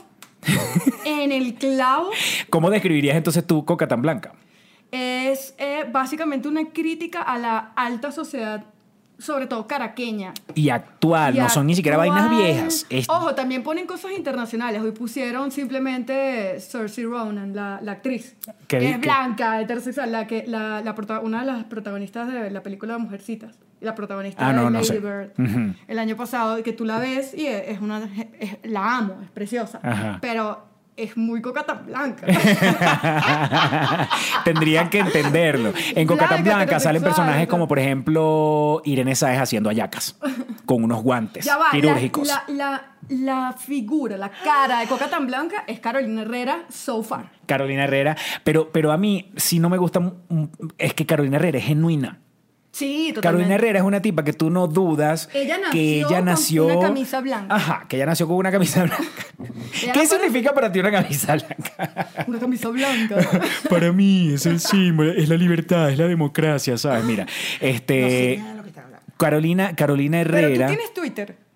Speaker 2: <laughs>
Speaker 1: en el clavo.
Speaker 2: ¿Cómo describirías entonces tú Coca Tan Blanca?
Speaker 1: Es eh, básicamente una crítica a la alta sociedad, sobre todo caraqueña.
Speaker 2: Y actual,
Speaker 1: Y
Speaker 2: Ah, no son ni siquiera vainas
Speaker 1: actual-
Speaker 2: viejas. Es-
Speaker 1: Ojo, también ponen cosas internacionales. Hoy pusieron simplemente Cersei Ronan, la, la actriz.
Speaker 2: ¿Qué
Speaker 1: que
Speaker 2: di-
Speaker 1: es
Speaker 2: qué?
Speaker 1: blanca, heterosexual, la que, la, la prota- una de las protagonistas de la película Mujercitas. La protagonista
Speaker 2: Ah, no,
Speaker 1: de
Speaker 2: no
Speaker 1: Lady
Speaker 2: sé.
Speaker 1: Bird
Speaker 2: Ujú.
Speaker 1: el año pasado, que tú la ves y es es una. es- la amo, es preciosa.
Speaker 2: Ajá.
Speaker 1: Pero es muy coca tan
Speaker 2: <laughs>
Speaker 1: blanca.
Speaker 2: Tendrían que entenderlo. En Coca Tan
Speaker 1: Blanca,
Speaker 2: Blanca
Speaker 1: heterosexual,
Speaker 2: salen personajes
Speaker 1: entonces.
Speaker 2: como, por ejemplo, Irene Sáez haciendo ayacas con unos guantes
Speaker 1: Ya va, la-
Speaker 2: quirúrgicos.
Speaker 1: La, la- la figura, la cara de coca tan blanca es Carolina Herrera, so far.
Speaker 2: Carolina Herrera. Pero, pero a mí, si no me gusta, mm, mm, es que Carolina Herrera es genuina.
Speaker 1: Sí, totalmente.
Speaker 2: Carolina Herrera es una tipa que tú no dudas
Speaker 1: Ella nació
Speaker 2: que ella
Speaker 1: con
Speaker 2: nació
Speaker 1: una camisa blanca.
Speaker 2: Ajá, que ella nació con una camisa blanca.
Speaker 1: <laughs> Ella
Speaker 2: ¿Qué
Speaker 1: no
Speaker 2: significa para ti una
Speaker 1: <laughs>
Speaker 2: camisa blanca?
Speaker 1: Una camisa blanca.
Speaker 2: Para mí es el símbolo, es la libertad, es la democracia, ¿sabes? Mira,
Speaker 4: No sé
Speaker 2: este
Speaker 4: nada de lo que están hablando.
Speaker 2: Carolina, Carolina
Speaker 1: Pero tú
Speaker 2: Herrera.
Speaker 1: tienes Twitter,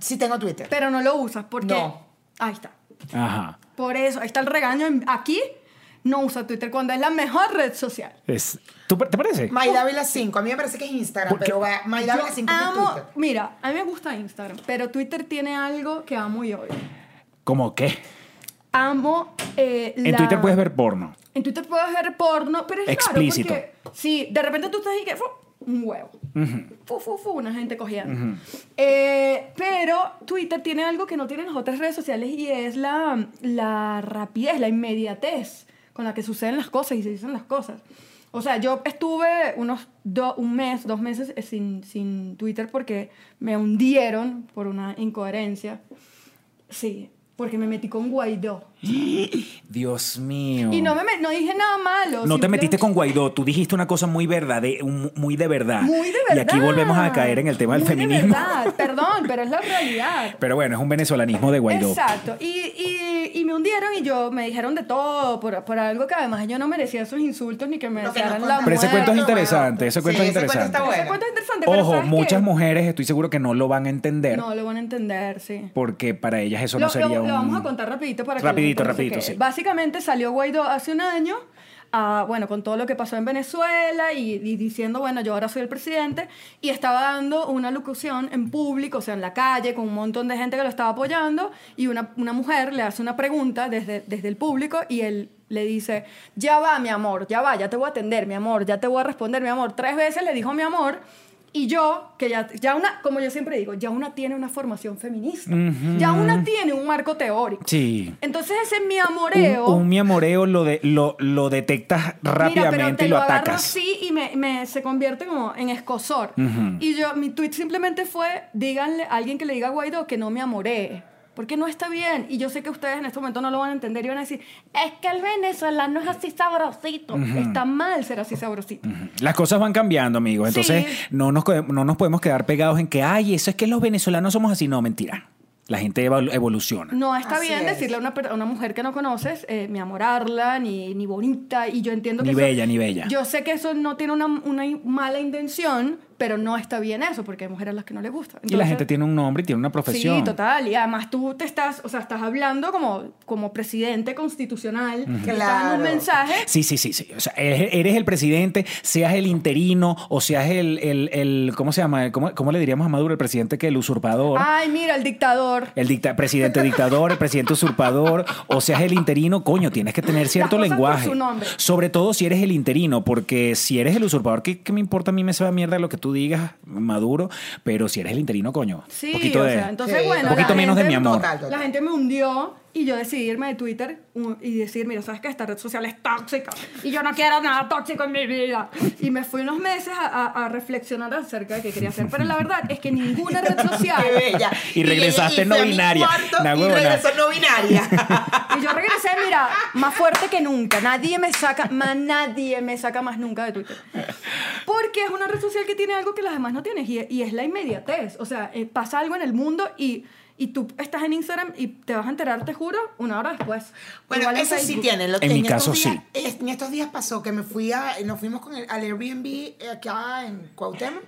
Speaker 4: Sí tengo Twitter.
Speaker 1: pero no lo usas porque.
Speaker 4: No.
Speaker 1: Ahí está.
Speaker 2: Ajá.
Speaker 1: Por eso, ahí está el regaño. en- Aquí no usa Twitter cuando es la mejor red social.
Speaker 2: Es- ¿tú- ¿Te parece?
Speaker 4: Maidávila 5. A mí me parece que es Instagram,
Speaker 2: ¿Por qué?
Speaker 4: pero va Maidávila
Speaker 1: Yo
Speaker 4: 5 es
Speaker 1: amo,
Speaker 4: Twitter.
Speaker 1: mira, a mí me gusta Instagram, pero Twitter tiene algo que amo y odio.
Speaker 2: ¿Cómo qué?
Speaker 1: Amo eh,
Speaker 2: En
Speaker 1: la-
Speaker 2: Twitter puedes ver porno.
Speaker 1: En Twitter puedes ver porno, pero es
Speaker 2: Explícito.
Speaker 1: raro porque sí, de repente tú estás ahí que fu, un huevo. Fu, fu, fu, una gente cogiendo. Eh, pero Twitter tiene algo que no tienen las otras redes sociales y es la, la rapidez, la inmediatez con la que suceden las cosas y se dicen las cosas. O sea, yo estuve unos do- un mes, dos meses eh, sin, sin Twitter porque me hundieron por una incoherencia. Sí, porque me metí con Guaidó.
Speaker 2: Dios mío.
Speaker 1: Y no, me, met- no dije nada malo.
Speaker 2: No te
Speaker 1: simplemente-
Speaker 2: metiste con Guaidó, tú dijiste una cosa muy verdade- un- muy de verdad.
Speaker 1: Muy de verdad.
Speaker 2: Y aquí volvemos a caer en el tema del
Speaker 1: Muy de
Speaker 2: feminismo. <laughs>
Speaker 1: verdad. Perdón, pero es la realidad.
Speaker 2: Pero bueno, es un venezolanismo de Guaidó.
Speaker 1: Exacto. Y, y, y, y me hundieron y yo me dijeron de todo por, por algo que además yo no merecía esos insultos ni que me
Speaker 4: Lo que nos
Speaker 1: desearan la
Speaker 4: contaron.
Speaker 2: Pero ese
Speaker 1: muerte.
Speaker 2: cuento es
Speaker 4: Bueno,
Speaker 2: interesante, ese
Speaker 4: sí,
Speaker 2: cuento es
Speaker 4: ese cuento
Speaker 2: interesante.
Speaker 4: está bueno.
Speaker 1: Ese cuento es interesante, pero
Speaker 2: Ojo,
Speaker 1: ¿sabes
Speaker 2: muchas
Speaker 1: qué?
Speaker 2: mujeres estoy seguro que no lo van a entender
Speaker 1: No lo van a entender, sí.
Speaker 2: porque para ellas eso
Speaker 1: lo,
Speaker 2: no sería
Speaker 1: lo-
Speaker 2: un...
Speaker 1: lo vamos a contar rapidito para
Speaker 2: Rapidito,
Speaker 1: que la gente
Speaker 2: rapidito,
Speaker 1: se quede.
Speaker 2: sí.
Speaker 1: Básicamente salió Guaidó hace un año, ah, bueno, con todo lo que pasó en Venezuela y, y diciendo, bueno, yo ahora soy el presidente, y estaba dando una locución en público, o sea, en la calle, con un montón de gente que lo estaba apoyando, y una, una mujer le hace una pregunta desde, desde el público y él le dice, ya va, mi amor, ya va, ya te voy a atender, mi amor, ya te voy a responder, mi amor. Tres veces le dijo mi amor. Y yo, que ya, ya una, como yo siempre digo, ya una tiene una formación feminista. Ya una tiene un marco teórico.
Speaker 2: Sí.
Speaker 1: Entonces ese mi
Speaker 2: Un,
Speaker 1: amoreo.
Speaker 2: un mi amoreo lo, de, lo, lo detectas
Speaker 1: Mira,
Speaker 2: rápidamente
Speaker 1: pero te
Speaker 2: y lo,
Speaker 1: agarro
Speaker 2: atacas.
Speaker 1: así y me, me- se convierte como en escosor. Y yo, mi tweet simplemente fue, díganle a alguien que le diga a Guaidó que no me amoree. Porque no está bien. Y yo sé que ustedes en este momento no lo van a entender y van a decir, es que el venezolano es así sabrosito. Está mal ser así sabrosito.
Speaker 2: Las cosas van cambiando, amigos.
Speaker 1: Sí.
Speaker 2: Entonces, no, nos, co- no nos podemos quedar pegados en que, ay, eso es que los venezolanos somos así. No, mentira. La gente evol- evoluciona.
Speaker 1: No está
Speaker 4: Así
Speaker 1: bien
Speaker 4: es.
Speaker 1: decirle a una, per- a una mujer que no conoces, eh, ni amorarla, ni, ni bonita, y yo entiendo que...
Speaker 2: Ni
Speaker 1: eso-
Speaker 2: bella, ni bella.
Speaker 1: Yo sé que eso no tiene una, una in- mala intención, pero no está bien eso, porque hay mujeres a las que no les gusta.
Speaker 2: y la
Speaker 1: Entonces-
Speaker 2: gente tiene un nombre y tiene una profesión.
Speaker 1: Sí, total. Y además tú te estás, o sea, estás hablando como, como presidente constitucional, que estás dando un
Speaker 4: Claro.
Speaker 1: mensaje
Speaker 2: Sí, sí, sí, sí. O sea, eres eres el presidente, seas el interino o seas el, el, el- ¿cómo se llama? ¿Cómo, cómo le diríamos a Maduro? El presidente que el usurpador.
Speaker 1: Ay, mira, el dictador.
Speaker 2: El dicta- presidente dictador, el presidente usurpador, o seas el interino, coño, tienes que tener cierto
Speaker 1: cosas por
Speaker 2: lenguaje.
Speaker 1: su nombre.
Speaker 2: Sobre todo si eres el interino, porque si eres el usurpador, ¿qué, qué me importa a mí me se va mierda lo que tú digas, Maduro? Pero si eres el interino, coño.
Speaker 1: Sí,
Speaker 2: poquito
Speaker 1: o
Speaker 2: de-
Speaker 1: sea, entonces,
Speaker 4: Sí,
Speaker 1: bueno.
Speaker 2: un poquito
Speaker 1: la
Speaker 2: menos de
Speaker 1: gente-
Speaker 2: mi amor.
Speaker 4: Total, total.
Speaker 1: La gente me hundió y yo decidí irme de Twitter u- y decir, mira, sabes que esta red social es tóxica y yo no quiero nada tóxico en mi vida. Y me fui unos meses a, a- a reflexionar acerca de qué quería hacer. Pero la verdad es que ninguna red social. <laughs>
Speaker 4: Qué bella.
Speaker 2: Y regresaste
Speaker 4: ella- y fue a mi
Speaker 2: no-binaria.
Speaker 4: cuarto
Speaker 2: Nah,
Speaker 4: y
Speaker 2: huevona.
Speaker 4: regresó
Speaker 2: <laughs>
Speaker 4: no binaria.
Speaker 1: Y yo regresé, mira, más fuerte que nunca. Nadie me saca, más nadie me saca más nunca de Twitter. Porque es una red social que tiene algo que las demás no tienen y, y es la inmediatez. O sea, eh, pasa algo en el mundo y, y tú estás en Instagram y te vas a enterar, te juro, una hora después.
Speaker 4: Bueno,
Speaker 1: Igual en
Speaker 4: eso sí
Speaker 1: Facebook.
Speaker 4: tiene. Lo,
Speaker 2: En mi
Speaker 4: estos
Speaker 2: caso,
Speaker 4: días-
Speaker 2: sí.
Speaker 4: es- en estos días pasó que me fui a, nos fuimos con el, al Airbnb eh, acá en Cuauhtémoc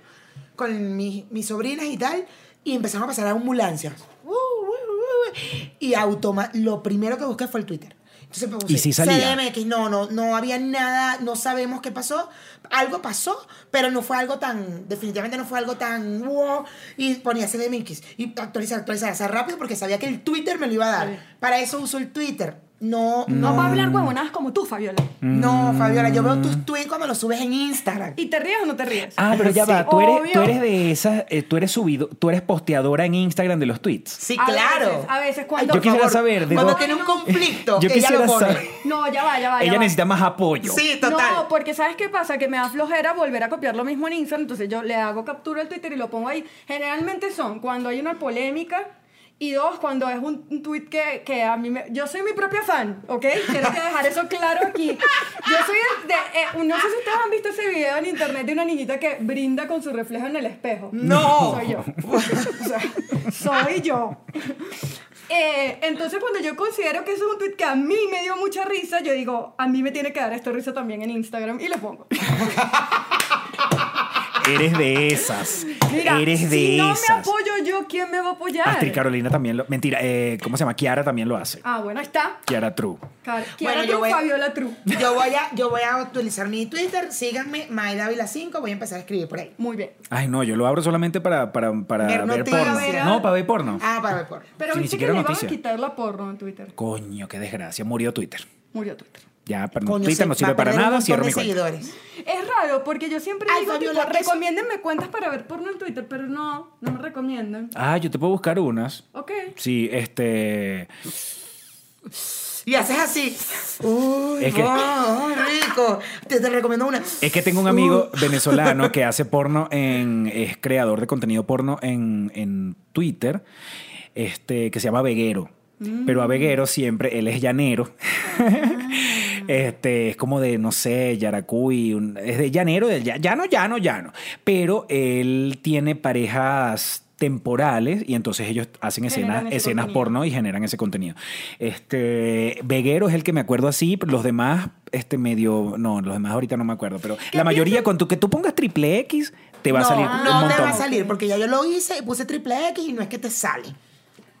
Speaker 4: con mis, mis sobrinas y tal y empezaron a pasar ambulancias. Uh, uh, uh, uh, y automa lo primero que busqué fue el Twitter. Entonces me puse
Speaker 2: ¿Y si salía?
Speaker 4: CDMX, no, no, no había nada, no sabemos qué pasó. Algo pasó, pero no fue algo tan, definitivamente no fue algo tan wow. Y ponía CDMX y actualizar, actualizar, hacer rápido porque sabía que el Twitter me lo iba a dar.
Speaker 1: Sí.
Speaker 4: Para eso uso el Twitter. No,
Speaker 2: Mm.
Speaker 4: no,
Speaker 1: No va a hablar huevonadas como tú, Fabiola.
Speaker 4: no, Fabiola, yo veo tus tweets cuando los subes en Instagram.
Speaker 1: ¿Y te ríes o no te ríes?
Speaker 2: Ah, pero
Speaker 1: <laughs>
Speaker 2: ya
Speaker 1: Sí,
Speaker 2: va, tú eres, tú
Speaker 1: obvio.
Speaker 2: eres de esas, eh, tú eres subido, tú eres posteadora en Instagram de los tweets.
Speaker 4: Sí,
Speaker 1: A
Speaker 4: claro.
Speaker 1: veces, a veces, cuando-
Speaker 4: por
Speaker 2: Yo quisiera
Speaker 4: favor,
Speaker 2: saber, de
Speaker 4: cuando
Speaker 2: dónde-
Speaker 4: tiene un conflicto,
Speaker 2: Yo
Speaker 4: que ella lo
Speaker 2: quisiera
Speaker 4: pone.
Speaker 2: saber.
Speaker 1: No, ya va, ya va. ya
Speaker 2: Ella
Speaker 1: va.
Speaker 2: necesita más apoyo.
Speaker 4: Sí, total.
Speaker 1: No, porque ¿sabes qué pasa? Que me da flojera volver a copiar lo mismo en Instagram, entonces yo le hago captura al Twitter y lo pongo ahí. Generalmente son cuando hay una polémica y dos, cuando es un, un tweet que, que a mí me... Yo soy mi propia fan, ¿ok? Quiero que dejar eso claro aquí. Yo soy el de... eh, no sé si ustedes han visto ese video en internet de una niñita que brinda con su reflejo en el espejo.
Speaker 4: No. <laughs>
Speaker 1: Soy <laughs> yo. O sea, soy yo. Eh, entonces, cuando yo considero que eso es un tweet que a mí me dio mucha risa, yo digo, a mí me tiene que dar esta risa también en Instagram y lo pongo.
Speaker 2: Eres de esas.
Speaker 1: Mira,
Speaker 2: eres de
Speaker 1: si no
Speaker 2: esas.
Speaker 1: me apoyo yo, ¿quién me va a apoyar?
Speaker 2: Astrid Carolina también lo. Mentira, eh, ¿cómo se llama? Kiara también lo hace.
Speaker 1: Ah, bueno, ahí está.
Speaker 2: Kiara True.
Speaker 1: Car-
Speaker 4: Bueno,
Speaker 1: Kiara
Speaker 4: yo
Speaker 1: Tru,
Speaker 4: voy-
Speaker 1: Fabiola Tru.
Speaker 4: Yo voy a, yo voy a utilizar mi Twitter, síganme, maidavila 5 voy a empezar a escribir por ahí.
Speaker 1: Muy bien.
Speaker 2: Ay, no, yo lo abro solamente para, para, para
Speaker 4: Ver
Speaker 2: ver,
Speaker 4: noticias.
Speaker 2: porno. No, para ver porno.
Speaker 4: Ah, para ver por.
Speaker 1: Pero
Speaker 2: Si
Speaker 1: viste
Speaker 2: ni
Speaker 1: que
Speaker 2: siquiera
Speaker 1: le iban a
Speaker 2: noticia.
Speaker 1: quitar la porno en Twitter.
Speaker 2: Coño, qué desgracia. Murió Twitter.
Speaker 1: Murió Twitter.
Speaker 2: Ya, pero
Speaker 4: Coño,
Speaker 2: Twitter
Speaker 4: se
Speaker 2: no
Speaker 4: va
Speaker 2: sirve
Speaker 4: a
Speaker 2: para
Speaker 4: perder un
Speaker 2: nada,
Speaker 4: montón
Speaker 2: cierro
Speaker 4: de
Speaker 2: mi cuenta.
Speaker 4: seguidores.
Speaker 1: Es raro, porque yo siempre
Speaker 4: Ay,
Speaker 1: digo,
Speaker 4: Fabiola,
Speaker 1: tipo,
Speaker 4: ¿qué es?
Speaker 1: recomiéndenme cuentas para ver porno en Twitter, pero no, no me recomiendan.
Speaker 2: Ah, yo te puedo buscar unas.
Speaker 1: Ok.
Speaker 2: Sí, este.
Speaker 4: Y haces así. Uy,
Speaker 2: Es que-
Speaker 4: wow, rico. Te, te recomiendo una.
Speaker 2: Es que tengo
Speaker 1: <laughs>
Speaker 2: un amigo venezolano que hace porno en. es creador de contenido porno en, en Twitter. Este, que se llama Veguero.
Speaker 1: Mm.
Speaker 2: Pero a Veguero siempre, él es llanero.
Speaker 1: Ah.
Speaker 2: <laughs> Este, es como de, no sé, Yaracuy, un- es de llanero, de lla- llano, llano, llano. Pero él tiene parejas temporales y entonces ellos hacen escenas,
Speaker 1: Generan ese
Speaker 2: escenas
Speaker 1: contenido.
Speaker 2: porno y generan ese contenido. Este, Veguero es el que me acuerdo así, los demás este medio, no, los demás ahorita no me acuerdo, pero la mayoría con tu que tú pongas triple X te va a
Speaker 4: no,
Speaker 2: salir un
Speaker 4: Ah, no te
Speaker 2: montón.
Speaker 4: va a salir, porque ya yo lo hice y puse triple X y no es que te sale.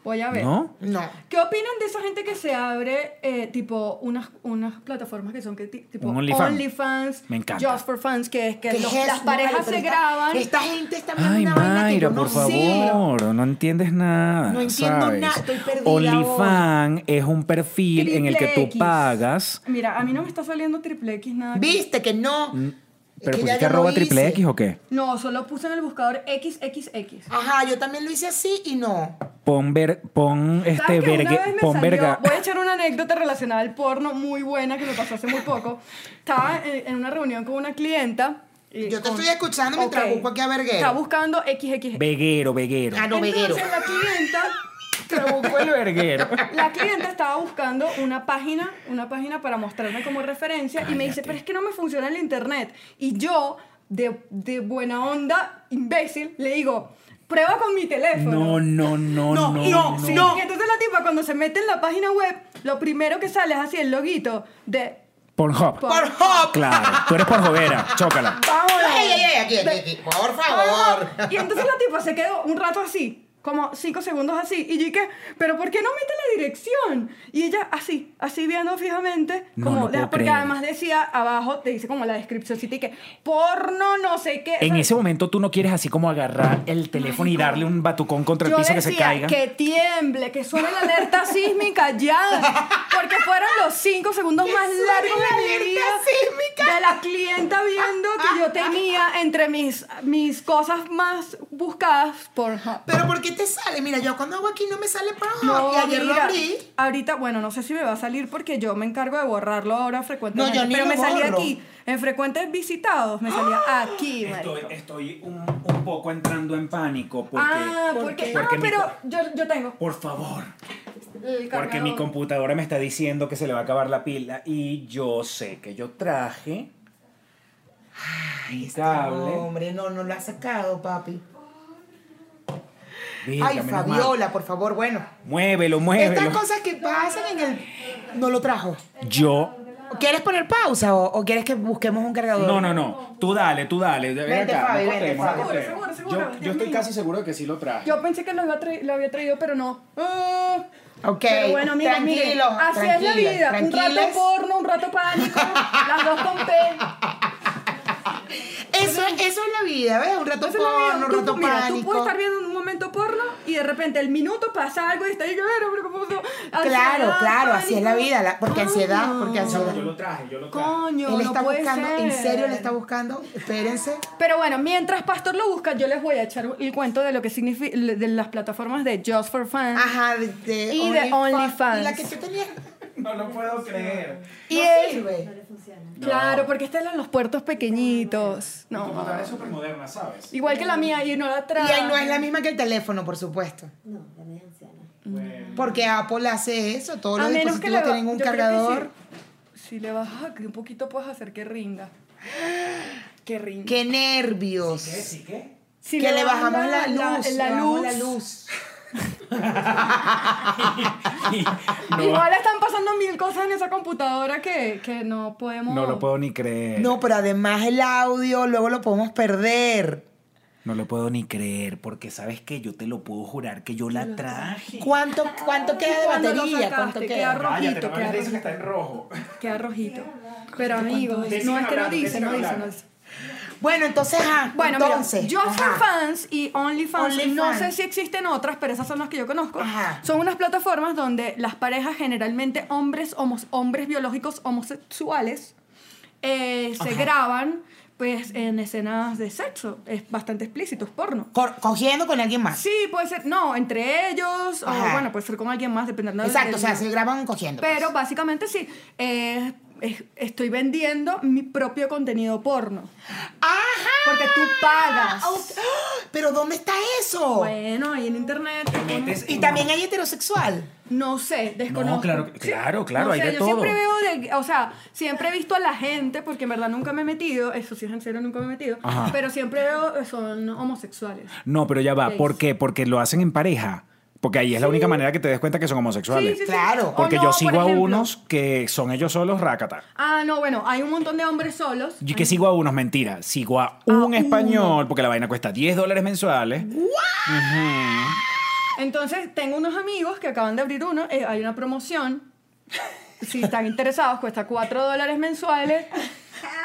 Speaker 1: Voy a ver.
Speaker 2: ¿No?
Speaker 4: No.
Speaker 1: ¿Qué opinan de esa gente que se abre eh, tipo unas, unas plataformas que son que, ti- tipo
Speaker 2: Un OnlyFans.
Speaker 1: OnlyFans,
Speaker 2: Me encanta.
Speaker 1: Just for Fans, que es que
Speaker 4: ¿Qué
Speaker 1: los-
Speaker 4: es
Speaker 1: las
Speaker 4: eso?
Speaker 1: parejas
Speaker 4: No,
Speaker 1: se
Speaker 4: vale, pero esta-
Speaker 1: graban?
Speaker 4: Esta gente está viendo
Speaker 2: Ay,
Speaker 4: una vaina que yo
Speaker 2: Mayra,
Speaker 4: no
Speaker 2: por
Speaker 4: sé.
Speaker 2: favor, no entiendes nada.
Speaker 4: No entiendo
Speaker 2: ¿sabes?
Speaker 4: nada, estoy perdida
Speaker 2: OnlyFans es un perfil en el que
Speaker 1: Triple
Speaker 2: tú
Speaker 1: X.
Speaker 2: pagas.
Speaker 1: Mira, a mí no me está saliendo triple X nada.
Speaker 4: ¿Viste que no? Es
Speaker 2: Mm, ¿Pero
Speaker 4: que ya
Speaker 2: pusiste
Speaker 4: yo lo
Speaker 2: arroba triple
Speaker 4: hice.
Speaker 2: X o qué?
Speaker 1: No, solo puse en el buscador XXX.
Speaker 4: Ajá, yo también lo hice así y no.
Speaker 2: Pon, ver, pon este
Speaker 1: ¿Sabes que
Speaker 2: vergue-
Speaker 1: una vez me
Speaker 2: pon
Speaker 1: salió-
Speaker 2: verga.
Speaker 1: Voy a echar una anécdota relacionada al porno muy buena que me pasó hace muy poco. Estaba en, en una reunión con una clienta. y
Speaker 4: Yo te
Speaker 1: con-
Speaker 4: estoy escuchando mientras
Speaker 1: Ok.
Speaker 4: busco aquí a Verguero.
Speaker 1: Está buscando XXX.
Speaker 2: Veguero, veguero.
Speaker 4: Ah, no, Veguero.
Speaker 1: Entonces la clienta,
Speaker 2: buscó el <laughs> verguero.
Speaker 1: la clienta estaba buscando una página, una página para mostrarme como referencia y me dice, pero es que no me funciona el internet. Y yo, de, de buena onda, imbécil, le digo, prueba con mi teléfono.
Speaker 2: No, no, no, no.
Speaker 1: y, sí, y entonces la tipa cuando se mete en la página web, lo primero que sale es así el loguito de...
Speaker 2: Pornhub.
Speaker 1: Por-
Speaker 4: ¡Por Hop!
Speaker 2: Claro, tú
Speaker 1: <laughs>
Speaker 2: eres pornjovera. Chócala.
Speaker 1: ¡Vámonos!
Speaker 4: ¡Ey, ey, ey! Aquí, aquí, aquí. Por favor.
Speaker 1: Ah, Y entonces la tipa se quedó un rato así, como cinco segundos así. Y yo dije, ¿pero por qué no mete la dirección? Y ella así, así viendo fijamente,
Speaker 2: No,
Speaker 1: como
Speaker 2: no puedo
Speaker 1: porque
Speaker 2: creer.
Speaker 1: además decía abajo, te dice como la descripción, y que porno, no sé qué.
Speaker 2: En
Speaker 1: O sea,
Speaker 2: ese momento tú no quieres así como agarrar el teléfono y darle un batucón contra el
Speaker 1: yo
Speaker 2: piso
Speaker 1: decía
Speaker 2: que se caiga.
Speaker 1: que tiemble, que suene la
Speaker 4: <laughs>
Speaker 1: alerta sísmica ya, porque fueron los cinco segundos más
Speaker 4: suene
Speaker 1: largos
Speaker 4: la
Speaker 1: de mi
Speaker 4: alerta
Speaker 1: vida
Speaker 4: sísmica.
Speaker 1: de la clienta viendo que yo tenía entre mis, mis cosas más buscadas por Hub.
Speaker 4: Pero ¿por qué te sale? Mira, yo cuando hago aquí no me sale por Hop.
Speaker 1: No,
Speaker 4: y ayer lo
Speaker 1: mira,
Speaker 4: abrí.
Speaker 1: Ahorita, bueno, no sé si me va a salir porque yo me encargo de borrarlo ahora frecuentemente.
Speaker 4: No, yo ni
Speaker 1: pero
Speaker 4: lo
Speaker 1: me salía
Speaker 4: borro. ¡Ah!
Speaker 1: aquí. En frecuentes visitados me salía aquí, marico.
Speaker 2: Estoy, estoy un, un poco entrando en pánico porque.
Speaker 1: ah, porque.
Speaker 2: porque
Speaker 1: ah,
Speaker 2: mi
Speaker 1: pero
Speaker 2: co-
Speaker 1: yo, yo tengo.
Speaker 2: Por favor.
Speaker 1: el
Speaker 2: Porque mi
Speaker 1: cargador.
Speaker 2: computadora me está diciendo que se le va a acabar la pila y yo sé que yo traje mi
Speaker 1: Este
Speaker 2: cable.
Speaker 4: Hombre, no, no lo has sacado, papi.
Speaker 2: Verga,
Speaker 4: Ay,
Speaker 2: menos mal.
Speaker 4: Fabiola, por favor, bueno.
Speaker 2: Muévelo,
Speaker 4: Estas
Speaker 2: muévelo.
Speaker 4: cosas que pasan en el... No lo trajo.
Speaker 2: Yo.
Speaker 4: ¿Quieres poner pausa o, o quieres que busquemos un cargador?
Speaker 2: No, no, no. Tú dale, tú dale. Ven
Speaker 4: Vente,
Speaker 2: acá,
Speaker 4: Fabi,
Speaker 2: no
Speaker 4: vente,
Speaker 2: cortemos, no
Speaker 4: Fabi.
Speaker 2: cortemos.
Speaker 1: Seguro, seguro,
Speaker 2: Yo-
Speaker 1: seguro,
Speaker 2: Yo,
Speaker 1: Dios
Speaker 2: estoy
Speaker 1: mío.
Speaker 2: casi seguro de que sí lo traje.
Speaker 1: Yo pensé que lo, iba a tra- lo había traído, pero no. Ah.
Speaker 4: Ok,
Speaker 1: Pero bueno, amigo,
Speaker 4: tranquilo,
Speaker 1: miren, así es la
Speaker 4: tranquilas,
Speaker 1: vida. Un rato
Speaker 4: tranquilas.
Speaker 1: porno, un rato
Speaker 4: <laughs>
Speaker 1: pánico, las dos con P.
Speaker 4: Eso, eso es la vida, ¿ves? Un rato
Speaker 1: Entonces, la vida,
Speaker 4: porno, un
Speaker 1: tú-
Speaker 4: rato
Speaker 1: mira, tú
Speaker 4: pánico.
Speaker 1: puedes estar viendo en un momento porno y de repente el minuto pasa algo y está ahí, "Pero, pero, ¿cómo pasó?".
Speaker 4: Claro,
Speaker 1: Ansiedad,
Speaker 4: claro, así es la
Speaker 1: pánico.
Speaker 4: vida, la- porque ansiedad,
Speaker 1: Coño.
Speaker 4: porque ansiedad.
Speaker 2: Yo lo traje, yo lo traje.
Speaker 1: Coño,
Speaker 4: Él
Speaker 1: no
Speaker 4: está
Speaker 1: puede
Speaker 4: buscando, en
Speaker 1: ser.
Speaker 4: serio, él está buscando. Espérense.
Speaker 1: Pero bueno, mientras Pastor lo busca, yo les voy a echar el cuento de lo que significa de las plataformas de Just for Fun.
Speaker 4: Ajá, de, de
Speaker 1: Y de OnlyFans.
Speaker 4: Y La que yo tenía.
Speaker 2: No lo puedo creer.
Speaker 1: y
Speaker 4: no
Speaker 1: él-
Speaker 4: sirve.
Speaker 1: Claro, porque esta es en los puertos pequeñitos.
Speaker 2: Tu
Speaker 1: No.
Speaker 2: computadora es súper moderna, ¿sabes?
Speaker 1: Igual que la mía y no la trae.
Speaker 4: Y ahí no es la misma que el teléfono, por supuesto.
Speaker 3: No, la media anciana.
Speaker 2: Pues,
Speaker 4: Porque Apple hace eso, todos
Speaker 1: A
Speaker 4: los
Speaker 1: menos que le
Speaker 4: dispositivos
Speaker 1: ba-
Speaker 4: tienen un
Speaker 1: yo creo que
Speaker 4: cargador.
Speaker 1: sí. Si le bajas aquí un poquito puedes hacer que
Speaker 4: <gasps>
Speaker 1: rinda. Que rinda.
Speaker 4: ¡Qué nervios!
Speaker 2: ¿Sí qué?
Speaker 1: Si
Speaker 4: que le
Speaker 1: bajas
Speaker 4: bajamos la, luz.
Speaker 1: La,
Speaker 4: le bajamos
Speaker 1: luz.
Speaker 4: la luz.
Speaker 2: <laughs>
Speaker 1: Ah, Igual están pasando mil cosas en esa computadora que, que no podemos.
Speaker 2: No lo puedo ni creer.
Speaker 4: No, pero además el audio luego lo podemos perder.
Speaker 2: No lo puedo ni creer, porque sabes que yo te lo puedo jurar que yo la traje.
Speaker 4: ¿Cuánto, cuánto queda de
Speaker 1: cuando lo
Speaker 4: batería?
Speaker 1: sacaste?
Speaker 4: ¿Cuánto
Speaker 1: Queda
Speaker 4: queda?
Speaker 1: ro- Cállate, no me hables de eso
Speaker 2: que está en rojo.
Speaker 1: Queda rojito. Pero amigos,
Speaker 2: es?
Speaker 1: no es que no
Speaker 2: Decime
Speaker 1: dice, no
Speaker 2: hablando,
Speaker 1: dice,
Speaker 2: decime
Speaker 1: no dice.
Speaker 4: Bueno, entonces, ajá.
Speaker 1: Bueno,
Speaker 4: entonces,
Speaker 1: mira, Just for
Speaker 4: ajá.
Speaker 1: Fans y OnlyFans, no
Speaker 4: OnlyFans.
Speaker 1: sé si existen otras, pero esas son las que yo conozco.
Speaker 4: Ajá.
Speaker 1: Son unas plataformas donde las parejas, generalmente hombres, homos- hombres biológicos homosexuales, eh, se graban pues en escenas de sexo. Es bastante explícito, es porno.
Speaker 4: Cor- cogiendo con alguien más.
Speaker 1: Sí, puede ser, no, entre ellos, o
Speaker 4: Ajá.
Speaker 1: bueno, puede ser con alguien más, dependiendo del-
Speaker 4: Exacto, o sea,
Speaker 1: del-
Speaker 4: se graban cogiendo.
Speaker 1: Pero
Speaker 4: pues.
Speaker 1: básicamente sí, eh, es- estoy vendiendo mi propio contenido porno.
Speaker 4: ¡Ajá!
Speaker 1: Porque tú pagas.
Speaker 2: Ah,
Speaker 4: Pues. Pero ¿dónde está eso?
Speaker 1: ¡ah! Bueno, ahí en internet. te pones-
Speaker 2: Metes-
Speaker 4: Y también hay heterosexual.
Speaker 1: No sé, desconozco.
Speaker 2: No, claro,
Speaker 1: Sí.
Speaker 2: claro, claro,
Speaker 1: No
Speaker 2: hay
Speaker 1: sé,
Speaker 2: de
Speaker 1: yo
Speaker 2: todo.
Speaker 1: siempre veo, de- o sea, siempre he visto a la gente, porque en verdad nunca me he metido, eso sí es en serio, nunca me he metido,
Speaker 2: Ajá.
Speaker 1: pero siempre veo eh, son homosexuales.
Speaker 2: No, pero ya va. ¿Por qué? Porque lo hacen en pareja. Porque ahí es la única manera que te des cuenta que son homosexuales.
Speaker 4: claro.
Speaker 1: O
Speaker 2: Porque
Speaker 1: no,
Speaker 2: yo
Speaker 1: por
Speaker 2: sigo a
Speaker 1: ejemplo-
Speaker 2: unos que son ellos solos, rácata.
Speaker 1: Ah, no, bueno, hay un montón de hombres solos.
Speaker 2: Yo que sigo a unos, mentira. Sigo a un
Speaker 1: uno.
Speaker 2: español, porque la vaina cuesta 10 dólares mensuales.
Speaker 1: Entonces, tengo unos amigos que acaban de abrir uno, eh, hay una promoción. Si están interesados, cuesta 4 dólares mensuales.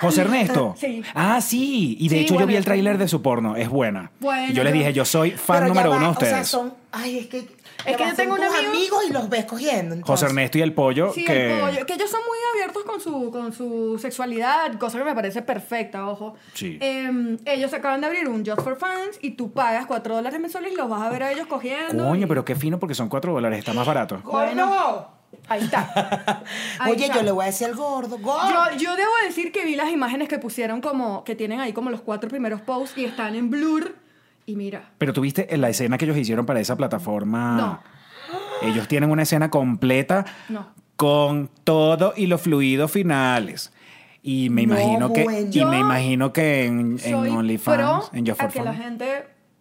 Speaker 2: José Ernesto.
Speaker 1: Sí.
Speaker 2: Ah, sí. Y de
Speaker 1: Sí,
Speaker 2: hecho yo
Speaker 1: bueno,
Speaker 2: vi el
Speaker 1: es-
Speaker 2: tráiler de su porno. Es buena.
Speaker 1: Bueno,
Speaker 2: y yo les
Speaker 1: yo-
Speaker 2: dije, yo soy fan
Speaker 4: Pero ya
Speaker 2: número
Speaker 4: va,
Speaker 2: uno de ustedes.
Speaker 4: O sea, son. Ay, es que.
Speaker 1: que yo tengo un
Speaker 4: unos
Speaker 1: amigo-
Speaker 4: amigos y los ves cogiendo.
Speaker 2: José
Speaker 4: entonces.
Speaker 2: Ernesto y el pollo.
Speaker 1: Sí,
Speaker 2: que...
Speaker 1: el pollo. Que ellos son muy abiertos con su, con su sexualidad, cosa que me parece perfecta, ojo.
Speaker 2: Sí.
Speaker 1: Em, ellos acaban de abrir un Just for Fans y tú pagas 4 dólares mensuales y los vas a ver a ellos cogiendo.
Speaker 2: Coño,
Speaker 1: y-
Speaker 2: pero qué fino porque son 4 dólares. Está más barato.
Speaker 4: Bueno.
Speaker 1: Ahí
Speaker 2: <laughs>
Speaker 1: está. Ahí
Speaker 4: Oye,
Speaker 1: está.
Speaker 4: yo le voy a decir al gordo. Gordo.
Speaker 1: Yo, yo debo decir que vi las imágenes que pusieron como, que tienen ahí como los cuatro primeros posts y están en blur. Y mira,
Speaker 2: Pero tuviste la escena que ellos hicieron para esa plataforma.
Speaker 1: No.
Speaker 2: Ellos tienen una escena completa
Speaker 1: No.
Speaker 2: con todo y los fluidos finales. Y me
Speaker 4: No,
Speaker 2: imagino que
Speaker 4: bueno.
Speaker 2: y me imagino que en, en
Speaker 1: soy pro
Speaker 2: OnlyFans, en Just
Speaker 1: a
Speaker 2: for
Speaker 1: que la
Speaker 2: Fun.
Speaker 1: gente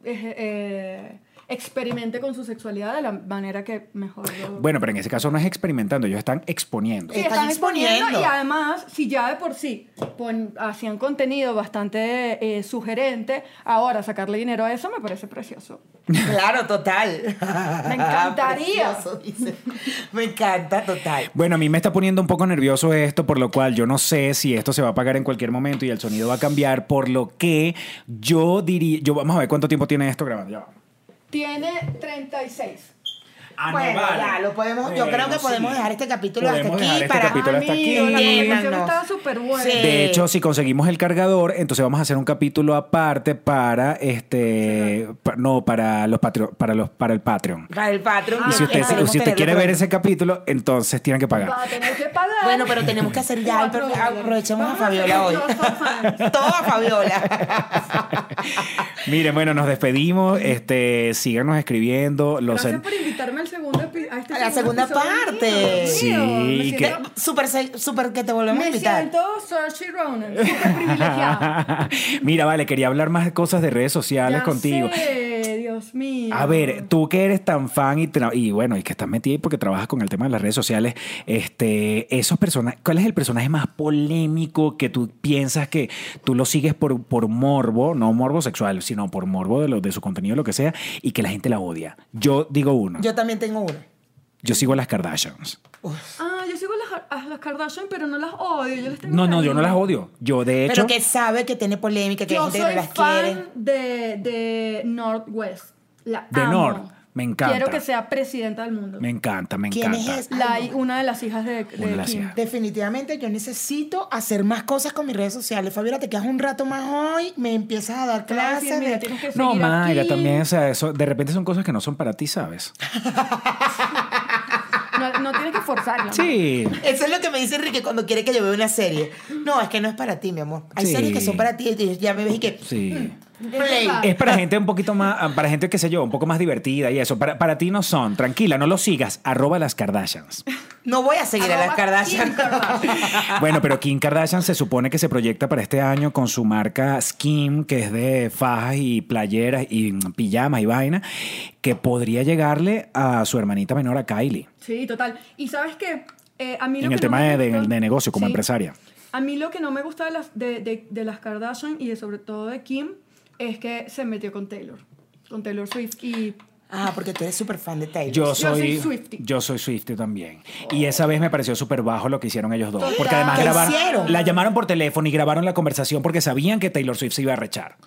Speaker 1: eh, eh, experimente con su sexualidad de la manera que mejor lo-
Speaker 2: Bueno, pero en ese caso no es experimentando, ellos están exponiendo.
Speaker 1: Sí,
Speaker 4: Están
Speaker 1: están exponiendo.
Speaker 4: exponiendo.
Speaker 1: Y además, si ya de por sí pon- hacían contenido bastante eh, sugerente, ahora sacarle dinero a eso me parece precioso.
Speaker 4: Claro, <laughs> total.
Speaker 1: Me encantaría.
Speaker 4: Precioso, dice. Me encanta, total.
Speaker 2: Bueno, a mí me está poniendo un poco nervioso esto, por lo cual yo no sé si esto se va a apagar en cualquier momento y el sonido va a cambiar, por lo que yo diría, yo vamos a ver cuánto tiempo tiene esto grabando. Ya va.
Speaker 1: Tiene 36.
Speaker 2: Ah, no,
Speaker 4: Bueno,
Speaker 2: vale.
Speaker 4: Pues, ya lo podemos. Yo creo
Speaker 2: Bueno,
Speaker 4: que podemos
Speaker 2: sí.
Speaker 4: dejar este capítulo
Speaker 2: Podemos
Speaker 4: hasta aquí
Speaker 2: dejar este
Speaker 4: para.
Speaker 2: capítulo hasta aquí.
Speaker 1: Amigo, la conversación
Speaker 4: Quédanos.
Speaker 1: estaba súper buena.
Speaker 4: Sí.
Speaker 2: De hecho, si conseguimos el cargador, entonces vamos a hacer un capítulo aparte para este pa- no para los patro- para los para el Patreon.
Speaker 4: Para el
Speaker 1: Ah,
Speaker 4: Patreon.
Speaker 2: y si usted,
Speaker 4: Esperemos
Speaker 2: si usted
Speaker 4: tenerlo
Speaker 2: quiere ver
Speaker 4: pronto.
Speaker 2: ese capítulo, entonces tienen que
Speaker 1: Va a
Speaker 2: pagar.
Speaker 1: tener que pagar.
Speaker 4: Ah, Bueno,
Speaker 2: <laughs>
Speaker 4: pero tenemos que hacer ya. el
Speaker 1: Cuatro
Speaker 4: pro-
Speaker 1: dólares.
Speaker 4: Aprovechemos a
Speaker 1: Vamos hacer
Speaker 4: Fabiola hoy.
Speaker 1: un Just for Fans.
Speaker 4: Todo a <laughs> Fabiola.
Speaker 2: Miren, bueno, nos despedimos. Este, síganos escribiendo. Los
Speaker 1: Gracias por invitarme al segundo epi- a este
Speaker 4: A la
Speaker 1: segundo
Speaker 4: segunda
Speaker 1: episodio
Speaker 4: parte.
Speaker 1: mío.
Speaker 2: Sí,
Speaker 1: Me
Speaker 2: que-
Speaker 1: siento-
Speaker 4: Súper, se- súper que te volvemos a
Speaker 1: Me
Speaker 4: invitar.
Speaker 1: siento Saoirse Ronan, súper privilegiada.
Speaker 2: <laughs> Mira, vale, quería hablar más cosas de redes sociales
Speaker 1: Ya
Speaker 2: contigo.
Speaker 1: sé, Dios mío.
Speaker 2: A ver, tú que eres tan fan y, tra- y bueno, y que estás metida y porque trabajas con el tema de las redes sociales, este, esos personajes, ¿cuál es el personaje más polémico que tú piensas que tú lo sigues por, por morbo, no morbo sexual, sino por morbo de, lo, de su contenido, lo que sea, y que la gente la odia? Yo digo uno, yo,
Speaker 4: Yo también tengo uno.
Speaker 2: sigo a las Kardashians.
Speaker 1: Ah, yo sigo las, a las Kardashian, pero no las odio. Yo les tengo
Speaker 2: No, no,
Speaker 1: cariño.
Speaker 2: yo no las odio. Yo de hecho,
Speaker 4: Pero que sabe que tiene polémica, que hay
Speaker 1: Yo
Speaker 4: gente que no
Speaker 1: soy
Speaker 4: las quiere.
Speaker 1: fan de, de Northwest. La
Speaker 2: De
Speaker 1: amo.
Speaker 2: North, me encanta.
Speaker 1: Quiero que sea presidenta del mundo.
Speaker 2: me encanta, me
Speaker 4: ¿Quién es
Speaker 2: encanta.
Speaker 4: ese?
Speaker 1: La, una de las hijas de, de
Speaker 2: Una de las
Speaker 1: Kim.
Speaker 2: hijas.
Speaker 4: Definitivamente yo necesito hacer más cosas con mis redes sociales. Fabiola, te quedas un rato más hoy, me empiezas a dar
Speaker 1: Te voy a decir,
Speaker 4: clases.
Speaker 1: mira,
Speaker 4: de-
Speaker 1: tienes que
Speaker 2: No,
Speaker 1: seguir
Speaker 2: Mayra,
Speaker 1: aquí.
Speaker 2: también, o sea, eso, de repente son cosas que no son para ti, ¿sabes?
Speaker 1: No, no tienes que forzarla.
Speaker 2: Sí.
Speaker 4: Eso es lo que me dice Enrique cuando quiere que yo vea una serie. No, es que no es para ti, mi amor. Hay
Speaker 2: Sí.
Speaker 4: series que son para ti y ya me ves y que...
Speaker 2: Sí.
Speaker 4: Play.
Speaker 1: verdad.
Speaker 2: Es para gente un poquito más, ah, para gente, qué sé yo, un poco más divertida y eso. Para, para ti no son. Tranquila, no lo sigas. Arroba las Kardashians.
Speaker 4: No voy a seguir a las
Speaker 1: Arroba Kim
Speaker 4: Kardashian.
Speaker 2: Bueno, pero Kim Kardashian se supone que se proyecta para este año con su marca Skim, que es de fajas y playeras y mm, pijamas y vaina, que podría llegarle a su hermanita menor, a Kylie.
Speaker 1: Sí, total. Y sabes qué? Eh, a mí lo
Speaker 2: En
Speaker 1: que
Speaker 2: el
Speaker 1: no
Speaker 2: tema
Speaker 1: me
Speaker 2: de, de-
Speaker 1: gusta-
Speaker 2: de negocio, como
Speaker 1: Sí.
Speaker 2: empresaria.
Speaker 1: A mí lo que no me gusta de las, de, de- de las Kardashian y de- sobre todo de Kim es que se metió con Taylor. Con Taylor Swift. Y
Speaker 4: Ah, porque tú eres súper fan de Taylor.
Speaker 2: Yo
Speaker 1: Yo soy
Speaker 2: soy,
Speaker 1: Swifty.
Speaker 2: yo soy Swifty también. Y esa vez me pareció súper bajo lo que hicieron ellos dos. Porque
Speaker 1: Total.
Speaker 2: además
Speaker 4: ¿Qué
Speaker 2: grabaron,
Speaker 4: hicieron?
Speaker 2: la llamaron por teléfono y grabaron la conversación porque sabían que Taylor Swift se iba a rechar.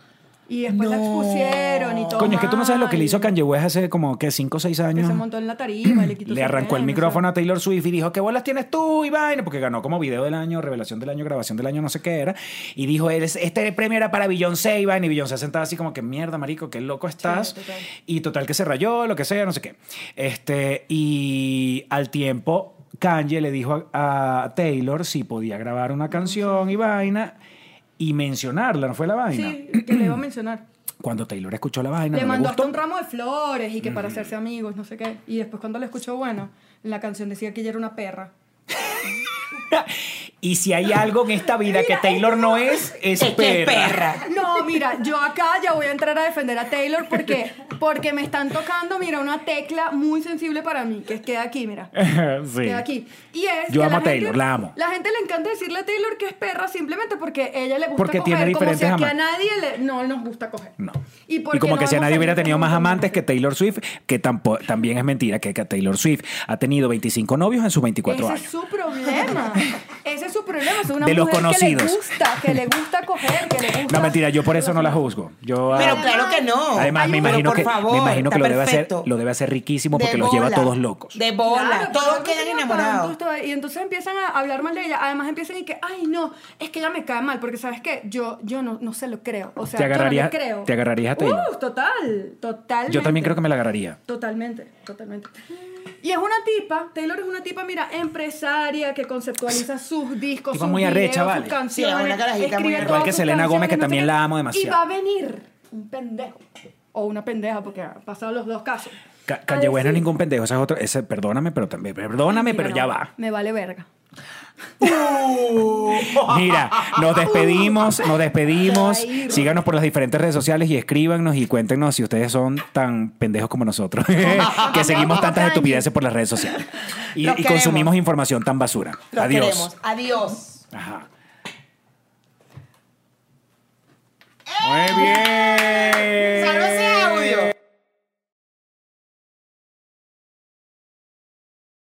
Speaker 1: Y después la
Speaker 4: No.
Speaker 1: expusieron y todo.
Speaker 2: Coño, es que tú no sabes lo que le hizo a
Speaker 1: mal.
Speaker 2: Kanye West hace como que 5 o 6
Speaker 1: Que
Speaker 2: años.
Speaker 1: se montó en la tarima, le quitó
Speaker 2: Le
Speaker 1: su
Speaker 2: arrancó el
Speaker 1: premio,
Speaker 2: micrófono
Speaker 1: o
Speaker 2: a Taylor Swift y dijo, ¿qué bolas tienes tú? Y vaina, porque ganó como video del año, revelación del año, grabación del año, no sé qué era. Y dijo, "Eres- este premio era para Beyoncé y vaina. Y Beyoncé sentada así como que, mierda, marico, qué loco estás. Y total que se rayó, lo que sea, no sé qué. Este, y al tiempo, Kanye le dijo a, a Taylor si podía grabar una canción y vaina. y mencionarla, ¿no fue la vaina?
Speaker 1: Sí, que le iba a
Speaker 2: <clears throat>
Speaker 1: mencionar.
Speaker 2: Cuando Taylor escuchó la vaina,
Speaker 1: Le
Speaker 2: no
Speaker 1: mandó
Speaker 2: le gustó. Mm.
Speaker 1: hasta un ramo de flores y que para hacerse amigos, no sé qué. Y después cuando la escuchó, bueno, la canción decía que ella era una perra.
Speaker 2: Y si hay algo en
Speaker 1: <laughs>
Speaker 2: esta vida que Taylor no es, es
Speaker 4: Es que es
Speaker 2: perra.
Speaker 4: perra.
Speaker 1: No, mira, yo acá ya voy a entrar a defender a Taylor porque, porque me están tocando, mira, una tecla muy sensible para mí, que queda aquí, mira.
Speaker 2: <laughs> sí.
Speaker 1: Queda aquí. Y es
Speaker 2: Yo
Speaker 1: que
Speaker 2: amo
Speaker 1: la
Speaker 2: a Taylor,
Speaker 1: gente-
Speaker 2: la amo.
Speaker 1: La gente le encanta decirle a Taylor que es perra simplemente porque ella le gusta
Speaker 2: Porque
Speaker 1: coger.
Speaker 2: tiene
Speaker 1: como si
Speaker 2: diferentes
Speaker 1: aquí a
Speaker 2: amantes.
Speaker 1: nadie le- no nos gusta coger.
Speaker 2: No.
Speaker 1: Y,
Speaker 2: Y,
Speaker 1: porque
Speaker 2: como
Speaker 1: no
Speaker 2: que si a
Speaker 1: hemos
Speaker 2: nadie hubiera
Speaker 1: salido
Speaker 2: tenido
Speaker 1: con
Speaker 2: más
Speaker 1: un montón de
Speaker 2: amantes que
Speaker 1: gente.
Speaker 2: Taylor Swift, que tampo- también es mentira que que Taylor Swift ha tenido 25 novios en sus 24
Speaker 1: Ese
Speaker 2: años.
Speaker 1: es su
Speaker 2: <laughs>
Speaker 1: problema. Ese es su problema. Es una
Speaker 2: De los
Speaker 1: mujer que
Speaker 2: conocidos.
Speaker 1: le gusta, que le gusta coger, que
Speaker 2: <laughs>
Speaker 1: le gusta.
Speaker 2: No, mentira, yo por eso no la juzgo. Yo, ah,
Speaker 4: Pero claro que no.
Speaker 2: además me
Speaker 4: Pero
Speaker 2: imagino
Speaker 4: por
Speaker 2: que
Speaker 4: favor,
Speaker 2: me imagino
Speaker 4: está
Speaker 2: que lo debe hacer,
Speaker 4: perfecto.
Speaker 2: lo debe hacer riquísimo porque
Speaker 4: De
Speaker 2: los lleva a
Speaker 4: bola,
Speaker 2: todos locos.
Speaker 4: De bola.
Speaker 1: Claro,
Speaker 4: todos
Speaker 1: pero
Speaker 4: quedan
Speaker 1: no tenía
Speaker 4: enamorados.
Speaker 1: tantos todavía. Y entonces empiezan a hablar mal de ella. Además empiezan y que, ay, no, es que ella me cae mal. Porque, ¿sabes qué? Yo, yo no, no se lo creo. O sea,
Speaker 2: Te
Speaker 1: yo no le
Speaker 2: agarrarías-
Speaker 1: creo.
Speaker 2: te agarrarías a Taylor.
Speaker 1: Uh, total, totalmente.
Speaker 2: Yo también creo que me la agarraría.
Speaker 1: Totalmente, totalmente. Y es una tipa, Taylor es una tipa, mira, empresaria que conceptualiza sus discos,
Speaker 2: Tipa
Speaker 1: sus
Speaker 2: muy arrecha,
Speaker 1: videos,
Speaker 2: vale.
Speaker 1: sus canciones.
Speaker 4: Sí, es una carajita
Speaker 1: escribe
Speaker 4: muy arrecha.
Speaker 1: todas
Speaker 2: Igual que
Speaker 1: sus
Speaker 2: Selena Gómez,
Speaker 1: canciones,
Speaker 2: que
Speaker 1: no sé
Speaker 2: también
Speaker 1: qué.
Speaker 2: la amo demasiado.
Speaker 1: Y va a venir un pendejo o una pendeja porque han pasado los dos casos.
Speaker 2: Ca-
Speaker 1: A
Speaker 2: Kanye West no es
Speaker 1: decir,
Speaker 2: ningún pendejo, ese es otro, ese, perdóname, pero también, perdóname,
Speaker 1: "Mira,
Speaker 2: pero
Speaker 1: no,
Speaker 2: ya va.
Speaker 1: Me vale verga.
Speaker 2: Mira, nos despedimos, nos despedimos.
Speaker 1: Ay,
Speaker 2: Síganos por las diferentes redes sociales y escríbanos y cuéntenos si ustedes son tan pendejos como nosotros, <laughs> que seguimos tantas estupideces por las redes sociales y,
Speaker 4: Los
Speaker 2: y consumimos
Speaker 4: queremos.
Speaker 2: información tan basura.
Speaker 4: Los
Speaker 2: Adiós.
Speaker 4: queremos. Adiós.
Speaker 2: Ajá. Muy bien.
Speaker 4: ¡Eh! Salve